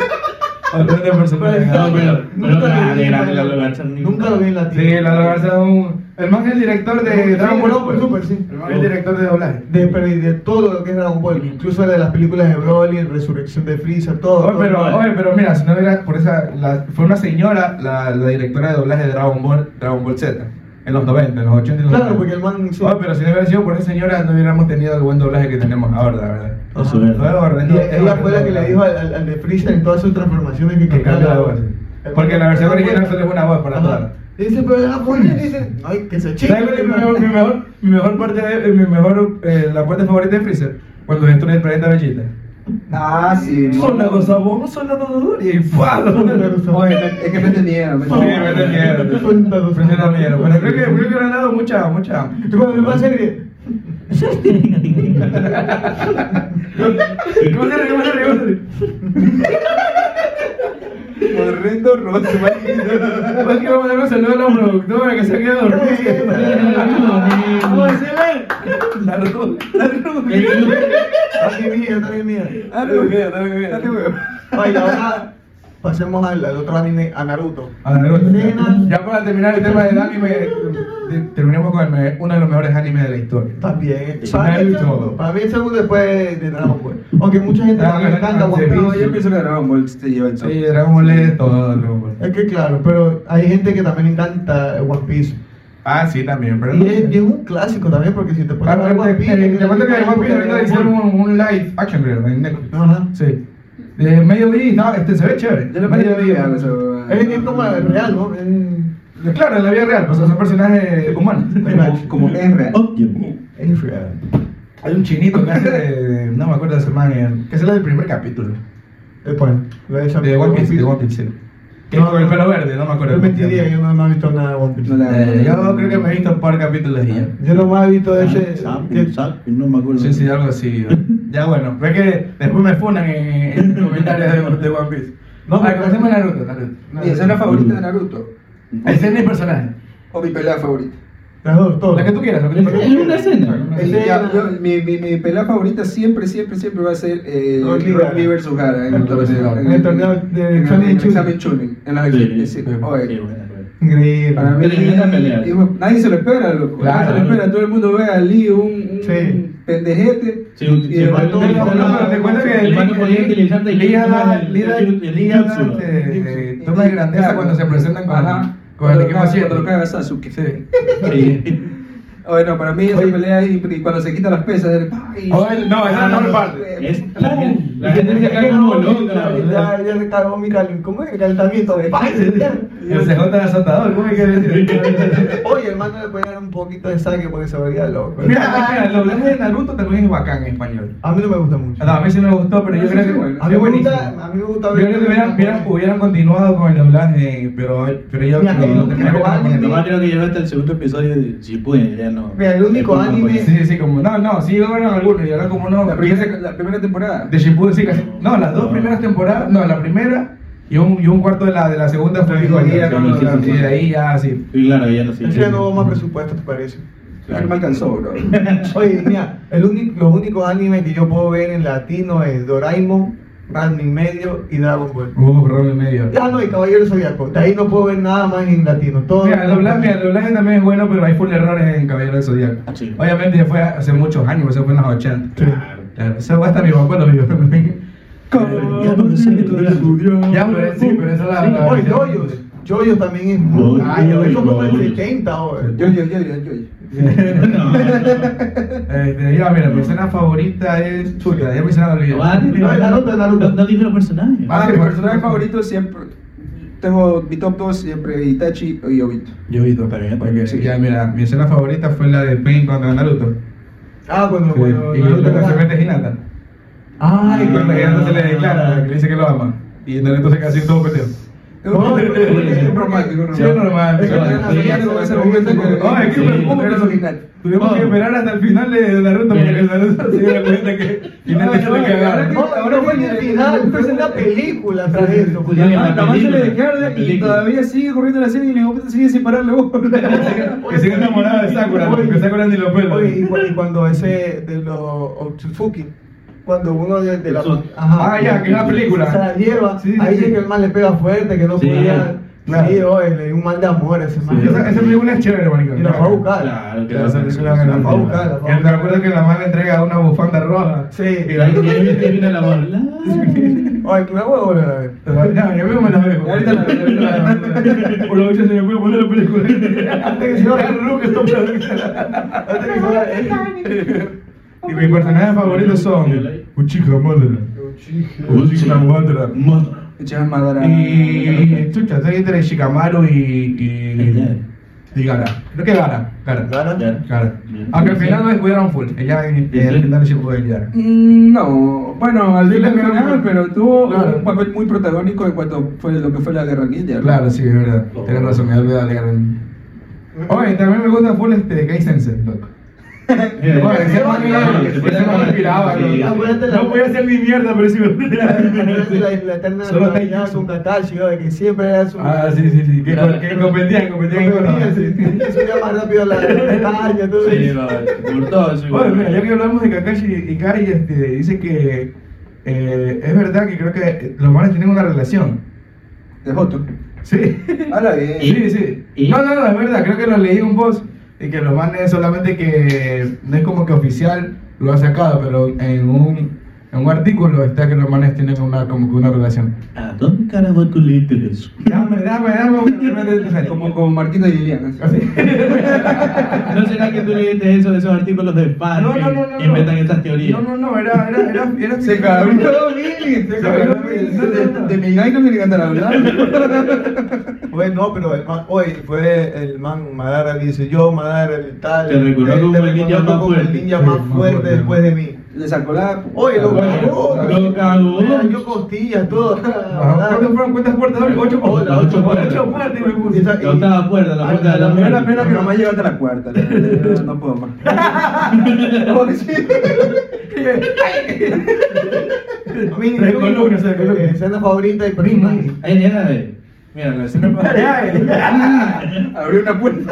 A: Horrendo personaje.
D: No, pero-
B: Pues,
D: pero
B: Nunca
D: la
B: lo vi en
D: de la-
B: la-
D: la- la- la-
B: Nunca lo vi en la
A: Sí, la Garza es un... El man es el director de Dragon Ball Super.
B: Super, sí.
A: El man es el director de doblaje.
B: De, pero y de todo lo que es Dragon Ball, incluso de las películas de Broly, Resurrección de Freezer,
A: Oye,
B: todo. todo,
A: Oh, pero,
B: todo.
A: oye, pero mira, si no era por esa, la- fue una señora la, la directora de doblaje de Dragon Ball, Dragon Ball Z, en los 90, en los 80 y los
B: Claro,
A: 90.
B: porque el man. sí.
A: Oye, pero si no hubiera sido por esa señora, no hubiéramos tenido el buen doblaje que tenemos ahora, la verdad.
D: Eso es.
A: Fue horrendo,
B: Y
A: es
B: ella fue la que
A: horrendo.
B: le dijo al, al- al de Freezer en todas sus transformaciones que
A: Que cambie la voz. Porque la versión original solo es una voz para
B: Ajá.
A: todas.
B: Dice, pero era japonés, dice, ay, que se chique.
A: ¿Sabes cuál es mi mejor, mi mejor, mi mejor parte, de- mi mejor, eh, la parte favorita de Freezer? Cuando destruye el planeta Vegeta.
C: Ah, sí. no.
A: Son las dos abonos, son las dos y ¡fua!
C: Oye, es que me entendieron. me
A: Sí, me
C: entendieron.
A: entendieron. Me entendieron bien. Bueno, creo que, creo que le han dado mucha, mucha.
B: Tú cuando me vas a ir,
A: ¿Cómo se ríe? ¿Cómo se ríe? ¿Cómo se ríe?
C: Horrendo roto.
A: Pues que vamos a dar un saludo a la productora que se ha quedado dormida. ¿Cómo se ve? La ruda, la ruda.
B: está bien mía, está bien mía.
A: Dale, hueveo, dale, hueveo.
B: Oye, ahora pasemos al, al otro anime, a Naruto.
A: A la ruda. Ya para terminar el tema del anime, te- terminemos con el me- uno de los mejores animes de la historia.
B: También.
A: Sí.
B: Para mí, el
A: Naruto.
B: segundo. Para mí el segundo después de Dragon Ball. Aunque mucha gente
A: Ah,
B: también
A: bueno,
B: encanta
A: no,
B: One
A: sí,
C: No,
B: Piece.
C: yo pienso que Dragon Ball te lleva el
A: Sí,
C: sol.
A: Dragon Ball es todo, Dragon Ball.
B: Es que claro, pero hay gente que también encanta One Piece.
A: Ah, sí, también, pero.
B: Y es, y es un clásico también, porque si te pones
A: Ah,
B: a ver
A: pero
B: One
A: Te
B: Piece.
A: te- te cuento que One Piece ahorita hicieron
B: Ajá.
A: un un live action, creo, en Netflix. Sí. De mediodía, no, este se ve chévere.
C: Yo lo pedí a eso. ah,
B: Es, es como el real, ¿no? Es,
A: Claro, en la vida real, pues son personajes humanos.
C: Como, como es real.
B: es real.
A: Hay un chinito que hace de- no me acuerdo de su man, eh, que sale del primer capítulo.
B: Después, lo he hecho
A: De One Piece, de One Piece. sí. Que es con el pelo verde, no me acuerdo.
B: Yo mentiría, yo no, no he visto nada de One Piece.
C: No la-
A: Eh, yo creo que me he visto un par de capítulos y ya.
B: Yo lo más he visto de ese. que-
D: no me acuerdo.
A: Sí, sí, algo así. yo. Ya bueno, ve que después me funan en, en los comentarios de, de One Piece. Ah,
B: No,
A: No,
B: pero-
A: pero comencemos Naruto, Naruto.
C: Mi escena favorita de Naruto.
A: Ese es mi personaje.
C: O mi pelea favorita.
B: Las dos, todas.
A: La que tú quieras, la que tú quieras.
D: Es una escena.
B: Ese-
C: Ya, yo- mi, mi, mi pelea favorita siempre, siempre, siempre va a ser eh,
B: Rock Lee
C: Rock
B: Gara.
C: Lee versus Gara en el torneo.
B: En el torneo de
C: en el-
B: examen
C: en el
B: Chunin.
C: examen Chunin. En la
D: Sí, sí,
C: sí, oye,
D: sí, bueno, bueno.
B: Increíble.
C: para mí-
D: Pero linda pelea.
C: y bueno, nadie se lo espera, loco.
A: Claro.
C: Nadie se lo espera. Todo el mundo ve a Lee, un, un
B: Sí.
C: pendejete.
D: Sí, un-
C: y el
D: sí,
C: vato-
D: un-
A: No, no, pero te cuento que
D: El man podía utilizarte el
A: Liga da-
D: el-
A: Liga-
D: el- el-
A: Liga da,
D: Jutsu.
A: este, eh, toma de grandeza cuando se presentan
C: Ajá.
A: con, con el equipo
C: Cuando
A: siete.
C: lo caga Sasuke.
A: Sí.
D: Sí.
C: Bueno, para mí esa pelea es y cuando se quita las pesas, el ¡ay!
A: Oh, el- no, esa es la mejor parte.
C: Eh,
D: Es- la gente- la gente se cae como loca, ¿verdad?
B: Ya, ya se cagó mi calentamiento. ¿Cómo es el calentamiento de
A: El CJ de Azotador, ¿cómo es que decir?
B: Oye, hermano, le puede dar un poquito de saque porque se veía loco.
A: Mira, mira, el doblaje de Naruto también es bacán en español.
B: A mí no me gusta mucho.
A: No, a mí sí me gustó, pero yo creo que.
B: A mí
A: es
B: me
A: buenísimo.
B: gusta, a mí me gusta
A: Yo creo que hubieran, hubieran, hubieran continuado con el doblaje, pero, pero yo
B: Mira,
A: creo que
B: el último anime-
D: Nomás creo que llegó hasta el segundo episodio de Shippuden, ya no.
B: Mira, el único
D: Ya no
B: anime-
D: puede ser.
A: Sí, sí, como. No, no, sí, llegaron algunos y ahora como no.
C: La primera, la primera temporada.
A: De Shippuden sí casi. No, las dos primeras temporadas, no, la primera y un, y un cuarto de la, de la segunda fue
B: trilogía,
A: con
D: ¿no?
A: los- Y de ahí ya sí.
D: Sí, claro, ya no sí.
B: Es que ya no hubo más presupuesto, ¿te parece?
C: La que me alcanzó, bro.
B: Oye, mira, el único, los únicos animes que yo puedo ver en latino es Doraemon, Randy Medio y Dragon Ball.
A: Hubo problema en medio.
B: Ya no, y Caballero Zodiaco. De ahí no puedo ver nada más en latino. Todo
A: Mira, el doblaje, mira, el doblaje también es bueno, pero hay full errores en Caballero del Zodíaco.
D: Sí.
A: Obviamente fue hace muchos años, eso fue en los 80.
B: Sí.
A: Claro, Eso hasta mi papá lo vio.
D: Ya no sé, ya-
A: Ya, pero sí, pero esa es la. la-
B: Oye, Yoyos. Yoyos también es muy.
D: Yoyos,
B: Ay, eso como el
D: Yoyos.
B: 70 ahora.
C: Yo, yo, yo, yo, yo.
D: No,
A: Este, ya, mira, mi escena favorita es. Chuta, ya mi escena la olvidé.
D: No, ah,
B: No, el Naruto, el Naruto.
D: No, no dije los personajes.
A: Ah,
C: Ah, mi
A: bueno.
C: personaje favorito siempre. Tengo mi top 2 siempre Itachi y Obito.
A: Yo vi todo.
D: Está bien,
A: Ok, sí, ya, mira, mi escena favorita fue la de Pain contra Naruto.
B: Ah, bueno,
A: Sí,
B: bueno.
A: Eh, y
B: Naruto,
A: Naruto que se
B: ¿verdad?
A: mete Hinata.
B: Ay,
A: Y cuando Hinata se le declara, que le dice que lo ama. Y Naruto se queda así todo pendejo.
C: No, es romántico,
A: Sí, es normal.
B: Es normal.
A: Sí,
B: Sí,
A: eso,
B: sí,
A: ese momento
B: sí,
A: que-
B: sí.
A: Ay, qué
D: Sí.
A: preocupa,
C: Pero es
A: tuvimos-
C: original.
A: Tuvimos que
D: Vamos.
A: esperar hasta el final de Naruto para que Naruto se diera cuenta que Hinata se le cagaba.
B: No, ahora fue en el final, fue en la película tras eso. pues,
D: Sí, en la
C: Nada más se le
D: película,
C: dejaron
D: la
C: y
D: película.
C: todavía sigue corriendo la serie y le sigue sin pararle bola.
A: Que sigue enamorada de Sakura, porque Sakura ni lo pela.
B: Oye, y cu- y cuando ese de los Otsutsuki, cuando uno de, de la.
D: Otsu-
A: Ah, ya, que es la película.
B: Se la lleva,
A: Sí, sí,
B: ahí
A: sí.
B: dice que el mal le pega fuerte, que no
D: Sí,
B: podía.
A: claro.
B: Sí, oye, le dio un mal de amor a ese man.
A: Esa esa película es chévere, marico.
B: Y la fue a buscar.
D: Claro, que
A: Esa
D: la-
A: película me la fue a buscar.
B: la fue a
A: Que ¿Te
B: buscar.
A: acuerdas que la mamá le entrega una bufanda roja?
B: Sí.
A: Y
D: Y ahí
A: la-
D: viene- ahí viene la bola.
B: Oye, que me voy a volver a ver.
A: No, yo mismo me la veo.
C: Ahorita la veo, ahorita la
A: veo. Por lo menos se me puede poner la película.
B: Antes que se vaya el
A: Ruco, esta película.
B: Antes que se vaya él.
A: Y mis personajes favoritos son Uchiha Madara, Uchiha Madara
D: Mo-
C: Echaba madera.
A: y chucha, soy entre Shikamaru y y y Gara. Creo que Gara, Gara,
B: Gana.
D: Ya.
A: Gara. Aunque al final lo descuidaron full. Ella en en el final se puede llegar.
C: Mm, No, bueno, al
A: Sí,
C: final
A: le
C: ganaron,
A: ganaron.
C: pero tuvo
A: Claro.
C: un papel muy protagónico en cuanto fue lo que fue la guerra ninja. ¿no?
A: Claro, sí, es verdad. Tienes razón, me he olvidado de Gara. Oye, también me gusta full este Gai Sensei, loco. Bueno, ese man era- ese man me inspiraba,
D: Sí.
A: loco.
B: Acuérdate la-
A: No voy a hacer ni mierda, pero sí me
B: La, la eterna
A: Solo te-
B: rivalidad con Katashi, oye, que siempre era su.
A: Ah, sí, sí, sí. Que,
D: Claro.
A: que competían, competían en
B: Competían, sí.
A: Konoha.
B: Que subía más rápido la montaña, todo
D: Sí,
B: eso.
D: va, por todo eso.
A: Bueno, mira, ya que hablamos de Kakashi y Kai, este, dice que eh, es verdad que creo que los manes tienen una relación.
C: De Joto.
A: Sí.
C: Ahora bien.
A: Sí, sí.
D: ¿Y?
A: No, no, no, es verdad, creo que lo leí en un post y que los manes solamente que no es como que oficial lo ha sacado, pero en un En un artículo está que los manes tienen una, como que una relación.
D: ¿A dónde carajo tú leíste eso?
A: Dame, dame, dame.
C: Como con Marquito y Liliana.
A: Así.
D: ¿No será que tú leíste eso de esos artículos de fan
A: No, no, no, no,
D: que inventan
A: no.
D: estas teorías?
A: No, no, no, era, era, era, era
C: Se cabrió Lili. Se cabrió Lili. De- de- De mi no me encanta la verdad.
B: Oye, pues, no, pero el man, oye, fue el man Madara dice, yo Madara el tal.
D: Te recordó
B: eh,
D: como
B: te
D: el ninja
B: recordó
D: más
B: como el
D: fuerte.
B: ninja
A: Sí,
B: más
A: más
B: fuerte
A: fuerte.
B: después de mí.
C: Le sacó la.
B: Oye, lo
C: la-
B: cagó,
C: la-
D: Lo cagó.
B: Mira, Yo costillas, todo.
A: Ajá, ¿Cuántas fueron? ¿Cuántas puertas? abre? Ocho puertas.
D: Ocho puertas.
A: Ocho puertas. hijo de puta.
B: Y esa-
D: La octava puerta, la puerta de la
A: Ay,
D: muerte.
A: la pena
C: Pero nomás llegaste a la cuarta. la verdad, No puedo más. Porque sí.
B: A mí,
A: Tres columnas, tres columnas.
B: escena favorita y prima.
D: Ahí era de. Mira, la escena
A: Ay, ay.
C: Abrió una puerta.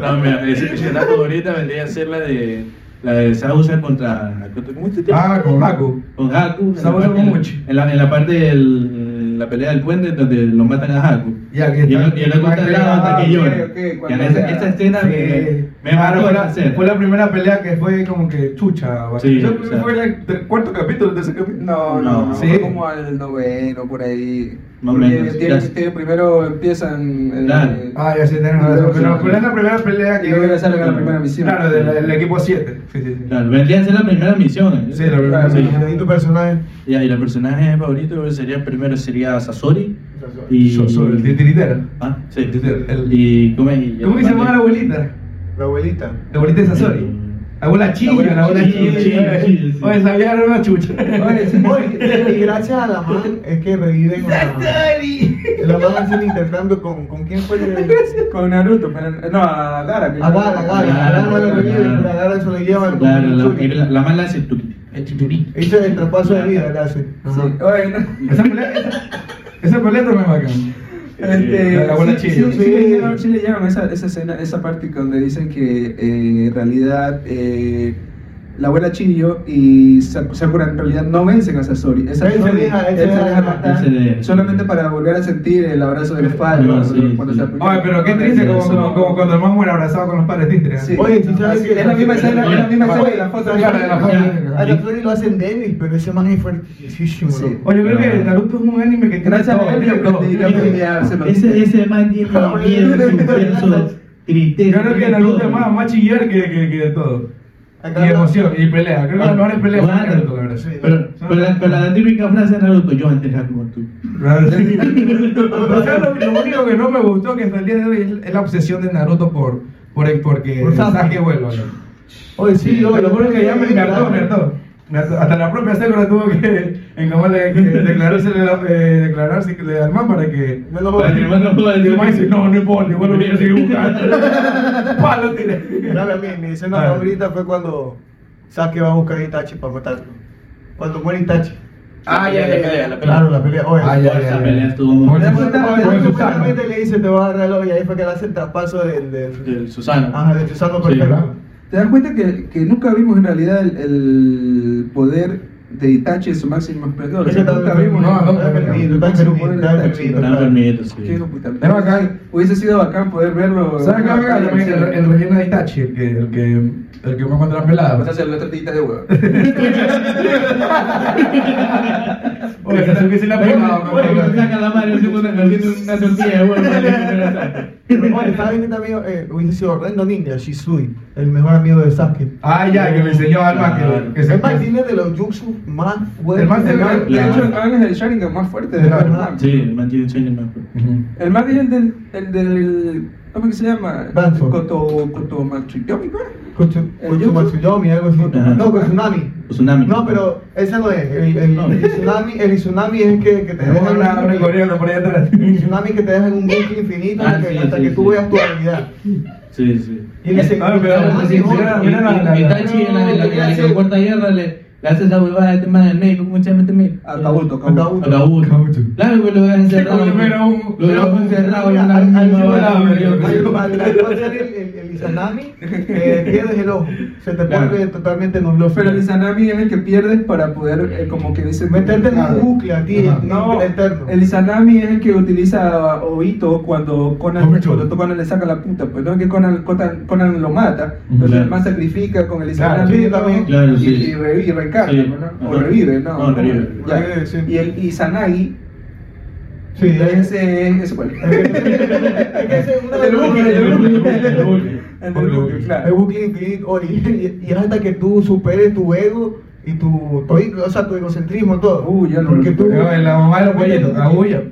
D: No, mira, mi escena favorita vendría a ser la de. La de Sausa contra. contra- ¿Cómo se llama?
A: Ah, con Haku.
D: Con Haku. en la
A: Sausa
D: parte-
A: con Muchi.
D: En la, en la parte de la pelea del puente donde lo matan a Haku.
A: Ya, que
D: Y
A: está-
D: el y el otro está al lado hasta
A: Ah,
D: que llora.
C: ok, ok,
D: Y en
C: cuando
D: esa,
C: sea-
D: esta escena me,
A: Sí.
D: me
A: Ah,
D: marcó
A: fue,
D: esa
A: la,
D: escena.
A: fue la primera pelea que fue como que chucha. ¿vale?
D: Sí,
A: Yo
D: o sea.
A: fue el ter- cuarto capítulo, el tercer capítulo.
C: No, no, no.
A: Sí.
C: Fue como al noveno, por ahí.
D: Más o
C: Porque
D: menos,
C: tienen-
D: ya.
C: tienen- primero empiezan. eh, el-
D: Claro.
A: Ah, ya sí, tenés razón. Pero pero es la primera pelea
C: Y
A: que.
C: luego ya salen a la primera misión.
A: Claro, del del equipo 7. Sí, sí, sí.
D: Claro, vendría a ser la primera misión. ¿eh?
A: Sí, la primera
C: Sí.
A: misión.
B: ¿Y tu personaje?
D: Ya, y los personajes favoritos sería primero sería Sasori y
A: Yo soy el titiritero.
D: Ah, sí.
A: El-
D: Y cómo es?
A: ¿Cómo que se llama la abuelita?
B: La abuelita.
A: La abuelita de Sasori.
D: Eh,
A: Abuela chilla, la abuela
D: Chilla, chilla, chilla,
A: chilla.
D: sí.
A: Oye, sabía era una chucha.
C: Oye, sí.
B: Oye, y gracias a la man es que reviven a la man. La man hacen intercambio con, con quién fue el...
C: Con Naruto, pero no, a Gara. que-
B: Agar, agar, agar, lo reviven, agar eso le llevan con
D: Claro, la,
B: Mitsuri.
D: la, la mala es el Turi. El Turi.
B: Ese es el traspaso de vida, le hace.
C: Sí.
B: Ajá.
C: Oye, no.
A: Esa pelea, esa- esa pelea también es bacán.
C: Este,
A: Eh, La- la buena
C: sí,
A: chilla.
C: Sí, sí, leyeron- sí leyeron esa, esa escena, esa parte donde dicen que eh, en realidad eh, la abuela Chillo y Sa- Sakura en realidad no vencen a Sasori. Esa
B: Él se
C: Sasori,
B: deja- él
C: él
B: se
C: se
B: deja
C: deja
B: matar.
D: Él se deja.
C: matar solamente para volver a sentir el abrazo del padre.
D: Ah,
C: cuando-
D: sí,
C: cuando
D: sí.
C: se apoya.
A: Oye, pero qué triste, como,
D: Eso.
A: como, como cuando el más muere abrazado con los padres ¿eh? títeres.
C: Sí.
B: Oye, si sabes que
C: Es la misma escena, es la misma escena de la foto.
A: Claro, de la foto.
B: A la Flori lo hacen débil, pero ese man es fuertísimo.
C: Sí.
B: loco.
A: Oye, yo creo que Naruto es un anime que tiene
C: Gracias
A: todo,
C: a él,
A: tiene
C: yo
A: todo.
C: aprendí a peleárselo.
D: Ese, ese man tiene miedo, suspenso, criterio.
A: Ah, Yo creo que Naruto es más, más chillar que, que, que de todo.
B: Acá Ah,
A: Y
B: la-
A: emoción, y pelea. Creo que las mejores peleas son
D: Claro.
A: Naruto, la verdad.
B: Sí.
D: Pero, pero, la, pero la típica frase de Naruto, yo antes era como tú.
A: Claro, sí. O sea, lo, lo único que no me gustó que hasta el día de hoy es- es la obsesión de Naruto por, por el, porque
B: Por Sasuke.
A: Sasuke vuelva. ¿no?
B: Oye, sí,
A: Yo
B: loco,
A: lo juro que ya me me hartó, me
B: encantó.
A: hartó. Me hartó. Hasta la propia Sakura tuvo que encamarle, que declararse, eh, declararse al man para que...
B: Me lo
D: Para que el man no pueda
A: Y el
D: decir-
A: man dice, no, no importa, igual lo voy a seguir buscando. Palo tiré.
B: Dale, a mí, mi escena
A: A ver.
B: favorita fue cuando Sasuke va a buscar a Itachi para matarlo. Cuando muere Itachi.
D: Ah, ya, ya, ya, la pelea.
B: Claro, la pelea. Oye,
A: Ah, ya, pues,
D: Esa pelea estuvo muy
A: Bueno,
B: Oye,
A: ya,
B: oye, pues,
A: ya,
B: oye,
A: ya, ya.
B: supuestamente le dice te va a agarrar el ojo y ahí fue que le hace el traspaso del... del-
D: Del Susano.
B: Ajá, del Susano
D: Sí.
B: perfecto.
C: ¿Te das cuenta que, que nunca vimos en realidad el, el poder de Itachi en su máximo esplendor? O sea, nunca vimos.
A: No, no,
B: está perdido, está
C: Máximo
B: perdido,
C: poder de
B: está
C: Itachi.
B: perdido.
D: Nada más miedo, sí.
C: Qué hijo de puta.
A: Es bacán.
C: Hubiese sido bacán poder verlo.
A: ¿Sabes qué me
C: Bacán,
A: encanta?
C: sí. Ah.
A: El, el relleno de Itachi, el que, el que, el que me encuentra pelado.
D: Pues,
C: Vas a hacer la tortillita de huevo.
A: Oye,
D: pues,
A: se me la pelada.
D: Bueno, que se saca la mano, se pone- le tiene una tortilla de huevo, le pone la sal.
B: Oye, ¿sabes quién también eh, hubiese sido horrendo ninja? Shisui, el mejor amigo de Sasuke.
A: Ah, ya, que me enseñó al man que- que se
B: El man tiene de los jutsu más fuertes.
A: El man tiene-
B: man-
C: De hecho, el man es el Sharingan más fuerte de
A: Sí,
C: la
B: ¿verdad?
D: Sí, el man tiene un sueño más.
A: Ujú.
C: El man es el del. El del ¿Cómo que se llama?
B: Banzo.
C: Coto. Coto Machiyomi,
B: Kuchu-
C: El
B: Kuchu
C: jutsu.
B: Matsuyomi, algo así.
D: Ajá.
B: No, con tsunami.
D: Tsunami.
B: No, pero ese no es. El, el-
D: No.
B: el tsunami, el tsunami es que, que te
A: Tenemos
B: deja en
A: una- una
B: un-
A: coreana por ahí atrás.
B: el tsunami que te deja en un bucle infinito
D: Ah,
B: que-
D: sí,
B: hasta
D: sí,
B: que tú
D: sí.
B: veas tu habilidad.
D: Sí, sí.
B: Y le dice,
A: Ah, pero-
B: "Ah,
A: sí,
B: no".
A: mira, mira la- la-
D: Itachi en la- en la en la- en la cuarta guerra le, haces la huevada de este man al negro, ¿cómo se llama este men?
C: Ataúd,
B: Ataúd.
C: toca.
D: Ataúd.
B: Caucho.
D: Claro, güey, lo dejan
A: Sí,
D: encerrado.
A: como
D: güey.
A: era un-
D: Lo
A: era
D: dejan
A: un-
D: encerrado y
B: pues, Al-
D: andan
B: al-
D: misma
B: al-
D: hora,
B: al-
D: güey.
B: al- al- al pasar el, el, el Izanami, eh, pierdes el ojo. Se te
D: Claro.
B: vuelve totalmente nulo.
C: Pero el Izanami es el que pierdes para poder, eh, como que dice.
B: Meterte en
C: Ah,
B: un bucle a ti,
C: Ajá. No,
B: eterno.
C: El Izanami es el que utiliza a Obito cuando Conan,
B: Obito.
C: cuando tú Conan le saca la puta, pues no es que Conan, Conan, Conan lo mata,
D: Ujú.
C: pero
D: Claro.
C: el man sacrifica con el
B: Claro,
C: Izanami
B: sí,
C: ¿no?
B: también.
D: Claro, sí.
C: y, y re- y recarga,
D: Sí.
C: ¿no? o
D: Ajá.
C: revive, ¿no?
D: No, revive.
C: Ya.
B: Revive, sí.
C: Y el Izanagi,
B: Sí, es-
C: ese es cuál.
B: ese es una
C: El bucle, el bucle,
D: El bucle, el bucle.
C: El bucle, claro.
B: Es bucle infinito y, y hasta que tú superes tu ego y tu, tu- o sea, tu egocentrismo, todo.
C: Uy, ya lo-
B: Porque tú.
A: Pero en la mamá de los pollitos, agulla.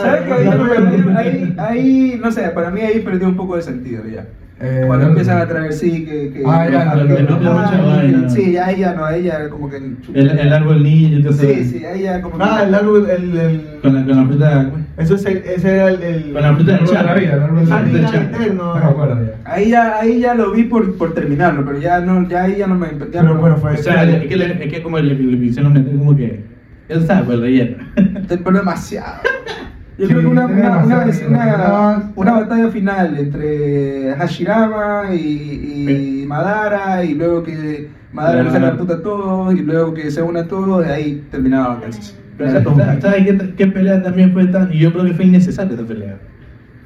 C: ¿Sabes qué? Ahí- Ahí, ahí, no sé, para mí ahí perdió un poco de sentido ya.
A: Eh,
C: Cuando
A: no,
C: empiezan
A: no.
C: a traer, sí, que. que
A: Ah, ya,
C: ah,
A: claro,
C: que-
A: que no
D: te mucha vaina.
C: Sí, ya ella no, ella como que.
D: El, el árbol niño,
C: Sí,
D: entonces.
C: sí, ella como que.
B: Ah, el árbol, el. el-
D: Con la, con la fruta, güey.
B: eso es el- ese era el. el
D: Con la fruta del
A: Árbol de la vida, el árbol de la
B: Ah,
A: vida.
B: el interno.
A: No me acuerdo ya.
C: Ahí ya, ahí ya lo vi por, por terminarlo, pero ya no, ya ahí ya no me. Ya
B: Pero
C: no-
B: bueno, fue-
D: O sea, es que, le- es que como le, le quisieron meter como que. Él sabe, pues, el relleno.
C: Te- Pero demasiado. Yo
A: Sí,
C: creo que una,
A: era
C: una, una,
A: demasiado,
C: una-
A: demasiado.
C: una batalla final entre Hashirama y, y Madara, y luego que Madara le saca la puta a todos, y luego que se une a todos, y ahí terminaba la canción.
D: Pero sa- sa- ¿Sabes qué, qué pelea también fue tan? Y yo creo que fue innecesaria esa pelea.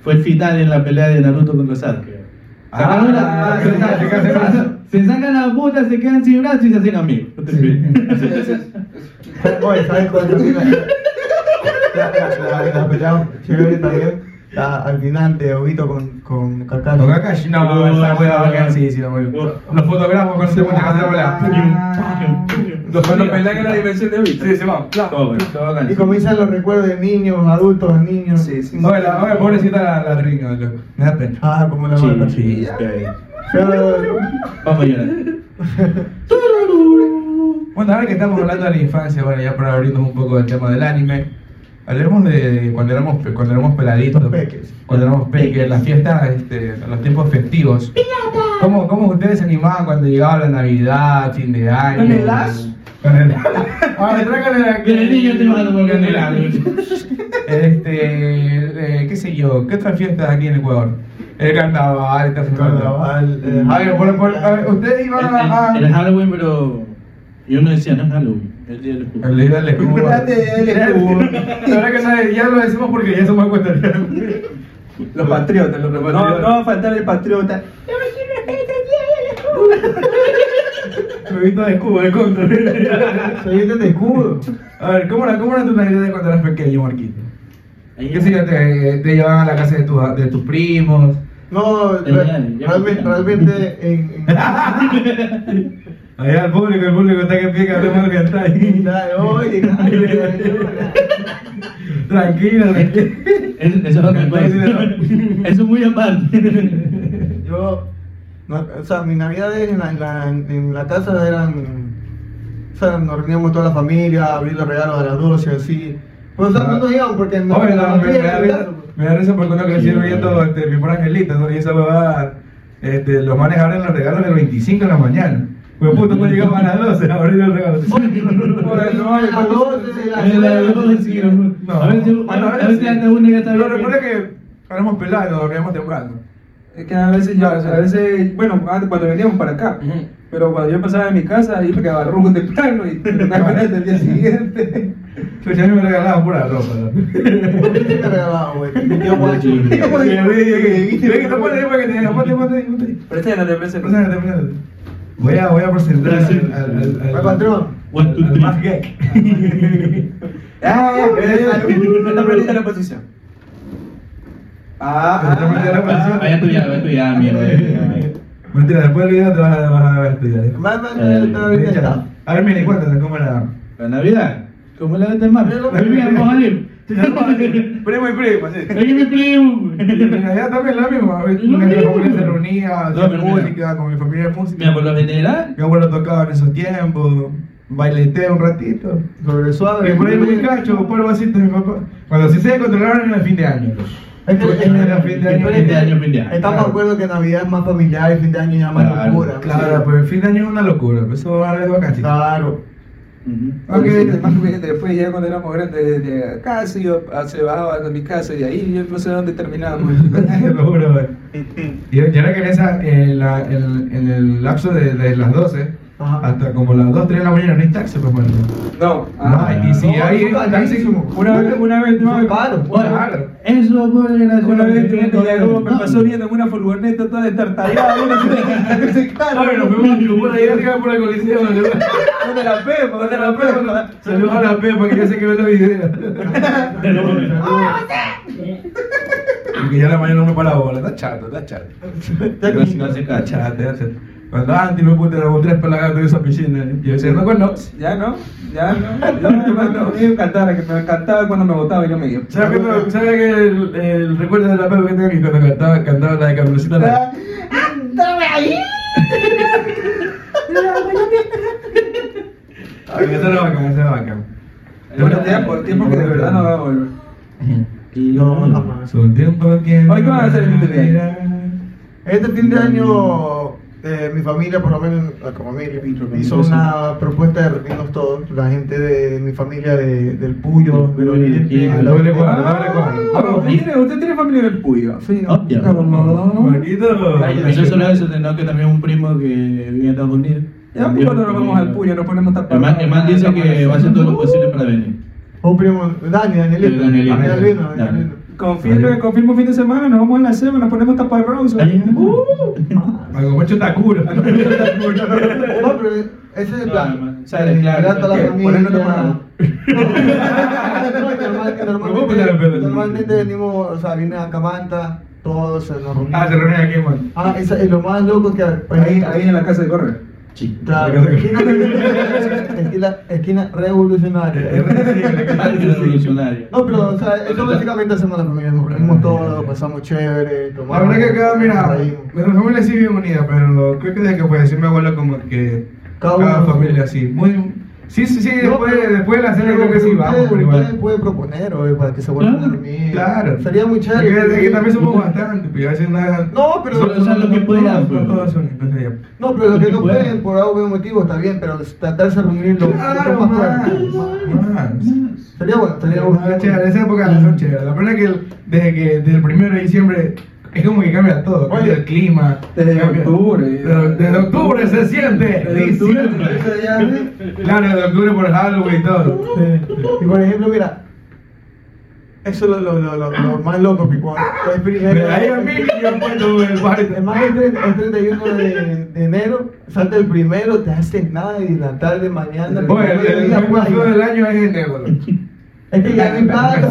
D: Fue el final en la pelea de Naruto contra Sasuke. Sacaron la-
A: Ah, se saca- se saca el brazo.
D: se sacan las botas, se quedan sin brazos y se hacen amigos.
B: Oye, ¿sabes cuál también? La, la, la, la pelea chévere también. La, al final de Obito con, con Kakashi.
A: No, Kakashi, no, no, esa hueá va a quedar así, sí, la hueá.
D: Uh.
A: Los fotógrafos con ese buena esa hueá. Los
C: Cuando
A: pelean
C: pelean en la dimensión de Vita.
A: Sí, se va. pla.
D: Todo, güey, todo
B: Y
D: gancho.
B: comienzan los recuerdos de niños, adultos, niños.
C: Sí, sí.
A: Oye, la oye, pobrecita la, la ringa, loco. Me da pena.
B: Ah, como la
D: Sí,
B: mata.
D: sí, está bien.
B: Pero,
D: Vamos a llorar.
A: Bueno, ahora que estamos hablando de la infancia, bueno, ya para abrirnos un poco del tema del anime, hablemos de cuando éramos, pe- cuando éramos peladitos,
B: Los peques.
A: cuando éramos peques, las fiestas, este, los tiempos festivos. ¿Cómo, ¿Cómo ustedes se animaban cuando llegaba la Navidad, fin de año?
C: ¿Con el as?
A: Con el Ah, me tragan la-
D: Que el niño te mando por
A: Con el as.
D: candelar.
A: Este, eh, qué sé yo, ¿qué otras fiestas aquí en Ecuador? El carnaval, estas
B: El carnaval, eh,
A: A ver, por, por- a ver, ustedes iban a... a-
D: El, el- el Halloween, pero. Yo no decía, no es Halloween. El día del escudo.
A: El líder del escudo.
C: Espérate, el escudo.
A: La verdad que sabe, ya lo decimos porque ya somos ecuatorianos.
C: Los patriotas, los, los
A: patriotas.
C: No, no va a faltar el patriota.
A: Me he visto de escudo, de contra.
B: soy de escudo.
A: A ver, ¿cómo era, cómo era tu Navidad cuando eras pequeño, Marquito?
D: Ahí-
A: ¿Qué sé yo? Te, te llevaban a la casa de, tus- de tus primos.
B: No,
D: Ya, ya,
B: re-
D: ya.
B: realmente, realmente en,
A: Allá al público, el público está que pica, no me que está
B: en
A: ahí.
B: la de hoy, en la de
A: Tranquilo, tranquilo.
D: Es- Eso es otra cosa. Eso es muy aparte.
B: hoy, yo, no, o sea, mis navidades en la, en la, en la casa eran, o sea, nos reuníamos toda la familia, abrir los regalos a las 12, así. Pues, o sea, no nos íbamos porque no,
A: Oye, no,
B: no
A: me, me
B: había
A: da risa,
B: regalo.
A: me da risa porque cuando crecieron viendo este, mi pobre angelito, ¿no? Y esa huevada, este, los manes abren los regalos del 25 de la mañana. Pues puto, no llegamos a las 12 a abrir los regalos.
B: Oye, no, a las 12,
A: Eh,
B: a las
D: Es la de todos,
B: 12,
D: sí, hermano.
A: No.
D: A ver si-
A: Ah, no,
D: a
A: ahora
D: ver
A: sí.
D: si anda una que está
A: Pero
D: bien.
A: recuerda que éramos pelados, nos dormíamos temprano.
C: Es que a veces yo, a veces, bueno, antes cuando veníamos para acá,
A: Ujú.
C: pero cuando yo pasaba en mi casa, yo me quedaba rugo temprano y terminaba hasta el día siguiente.
A: Yo ya me regalaban pura ropa. ¿no?
B: ¿Por qué te regalaba, güey? Yo, guacho.
A: Yo podía, yo dije, "Ve que te pones, ve que te digan, ponte, ponte, ponte".
C: Pero esta ya no te presento.
A: Preséntate, preséntate. Voy a, voy a presentar al, al, al, al-
B: Al patrón.
D: One, two,
A: al
D: three.
A: más gay.
C: Ah, ya, ya, ya, no te aprendiste la posición. Ah,
A: Pero te aprendiste la
C: ah,
A: posición.
D: Ah, vaya tú ya, vaya tú ya, mierda.
A: Mentira, después del video te vas a, vas a ver estudiar.
B: Más, más, no había nada.
A: A ver, mire, cuéntanos cómo era.
D: La Navidad, ¿cómo la ves del mar?
B: Yo lo-
D: Ahí mira, vamos a ir.
A: Primo y primo, sí.
D: Ahí que mi primo.
A: Y en realidad también la misma.
D: Lo
A: Mi
D: mismo.
A: familia se reunía, hacía
D: No, pero mira.
A: música, con mi familia de música.
D: Mira, por lo general,
A: Mi abuelo tocaba en esos tiempos, baileteo un ratito.
B: Sobre
A: Y
B: suave.
A: por ahí me cacho, por el vasito de mi papá. Cuando sí se controlaron en el fin de año.
D: Este, Era fin de año, fin de este año, fin de año.
B: Estamos de
A: Claro.
B: acuerdo que Navidad es más familiar y fin de año ya más
D: Claro,
B: locura.
A: Claro, pero el fin de año es una locura, pero eso va a dar de vacaciones.
B: Claro.
D: Ujú.
C: Ok, además que después ya cuando éramos grandes, de casi yo ah, se bajaba de mi casa y ahí yo no sé dónde terminábamos.
A: Te lo juro, güey. Yo, yo era que en, esa, en, la- en- en el lapso de, de las 12
B: Ajá.
A: hasta como las 2, 3 de la mañana no hay taxi, pues bueno.
C: No,
A: No
C: ah,
A: hay, y si
B: No,
A: hay
B: eso
A: un
B: es
A: taxi,
B: carísimo.
A: una vez, una vez, no,
B: Eso es caro,
A: claro.
D: Eso, amor, era
C: Una vez que
D: No,
C: llegó, me
D: no.
C: pasó viendo en una furgoneta toda destartalada, una
A: A ver, nos fuimos a por ahí arriba por la coliseo.
C: de la pepa, una de la pepa.
A: Saludos a la Pepa que ya se quedó en la video. Porque ya en la mañana no me para bola, está chato, está chato. No, si no se cacha, te hace. Cuando antes me puse un tres pelagatos en esa piscina, y yo decía, no conozco.
C: Ya no, ya no. Yo además no, me encantaba, que me encantaba cuando me botaba y yo me iba.
A: ¿Sabes qué? ¿Sabes qué? El, el recuerdo de la Pepa que tengo que cuando cantaba, cantaba la de Caperucita Negra. Ay, Esa era bacán, esa era bacán.
C: Bueno, ya por tiempo que de verdad no va a volver.
D: Y
B: No,
D: yo,
B: jamás.
A: Son tiempo que.
C: Hoy, ¿qué van a hacer en este día?
B: Este fin de año, eh, mi familia, por lo menos ah, la familia, hizo una propuesta de reunirnos todos, la gente de mi familia de- del Puyo,
D: Del
B: del
D: Puyo,
B: Oriente.
D: y-
A: Ah,
B: lo-
A: doble cuadro, doble
C: Ah,
A: cuadro.
C: usted tiene- usted tiene familia en el Puyo. Sí.
D: Obvio.
A: Marquito.
D: no solo eso, sino que también un primo que vive en Estados Unidos.
C: Ya pues, cuando nos vamos al Puyo nos ponemos
D: El
C: tapados.
D: man, el man dice que va a hacer todo lo posible para venir.
B: Un primo, Dani, Danielito.
D: Danielito.
B: Danielito,
D: Dani.
B: Danielito.
C: Confirmo, confirmo fin de semana, nos vamos en la semana, nos ponemos Uh. taparrón.
D: Ahí.
A: Magomacho Takura.
B: No, pero ese es el
D: No,
B: plan.
D: hermano, sale, claro,
B: Grata a la
D: que
B: familia.
C: ponernos de mano.
B: Normal- que
A: poner el
B: Normalmente,
A: pelo.
B: normalmente venimos, o sea, viene a Camanta, todos se nos reunimos.
A: Ah, se reúnen aquí, man.
B: Ah, esa- y lo más loco es que
C: Ahí, ahí en la casa de Corre.
D: Sí.
B: Claro, esquina, esquina, esquina
A: Es
B: revolucionaria.
A: reversible,
D: Mal
A: que-
D: revolucionario.
B: No, pero, o sea, eso básicamente hacemos la familia.
A: Ah,
B: Nos reunimos todos, pasamos chévere,
A: La
B: tomamos.
A: verdad que acá, mira, eh,
B: reímos.
A: nuestra familia sí bien unida, pero creo que desde que puede decir mi abuela como que
B: Cada
A: cada,
B: uno.
A: familia así, muy... Sí, sí, sí,
B: No,
A: después,
B: pero-
A: después de la cena creo que sí,
B: usted-
A: vamos, pero
B: usted
A: igual.
B: puede proponer hoy para que se vuelvan a
D: Claro,
B: reunir.
A: Claro.
B: Sería muy
A: Porque
B: chévere.
A: desde que también somos bastantes, pero a veces nada...
B: No, pero.
D: Solo- o sea, lo que puedan,
A: No
D: pues.
A: todos son, entonces ya.
B: No, pero lo que no
D: Bueno.
B: pueden por algún motivo está bien, pero tratarse de reunir lo
A: Claro,
B: lo más fuerte.
A: man, man.
B: Sería bueno, sería bueno.
A: Ah, chévere, esa época de la noche, la verdad que el- desde que desde el primero de diciembre es como que cambia todo, cambia el clima.
C: Desde
A: cambia-
C: octubre.
A: Desde, desde octubre se siente. diciembre. Claro, desde octubre por Halloween y todo.
B: Y por ejemplo, mira. Eso es lo, lo, lo, lo, lo más loco, que cuando es primero.
A: Pero ahí a mí yo puedo el
B: Es más, el, tre- el 31 de, de enero, salta el primero, te haces nada y la tarde, mañana.
A: Bueno, el- el
B: día,
A: mejor juego
B: guay.
A: del año es enero. No
B: Es que ya no hay plata.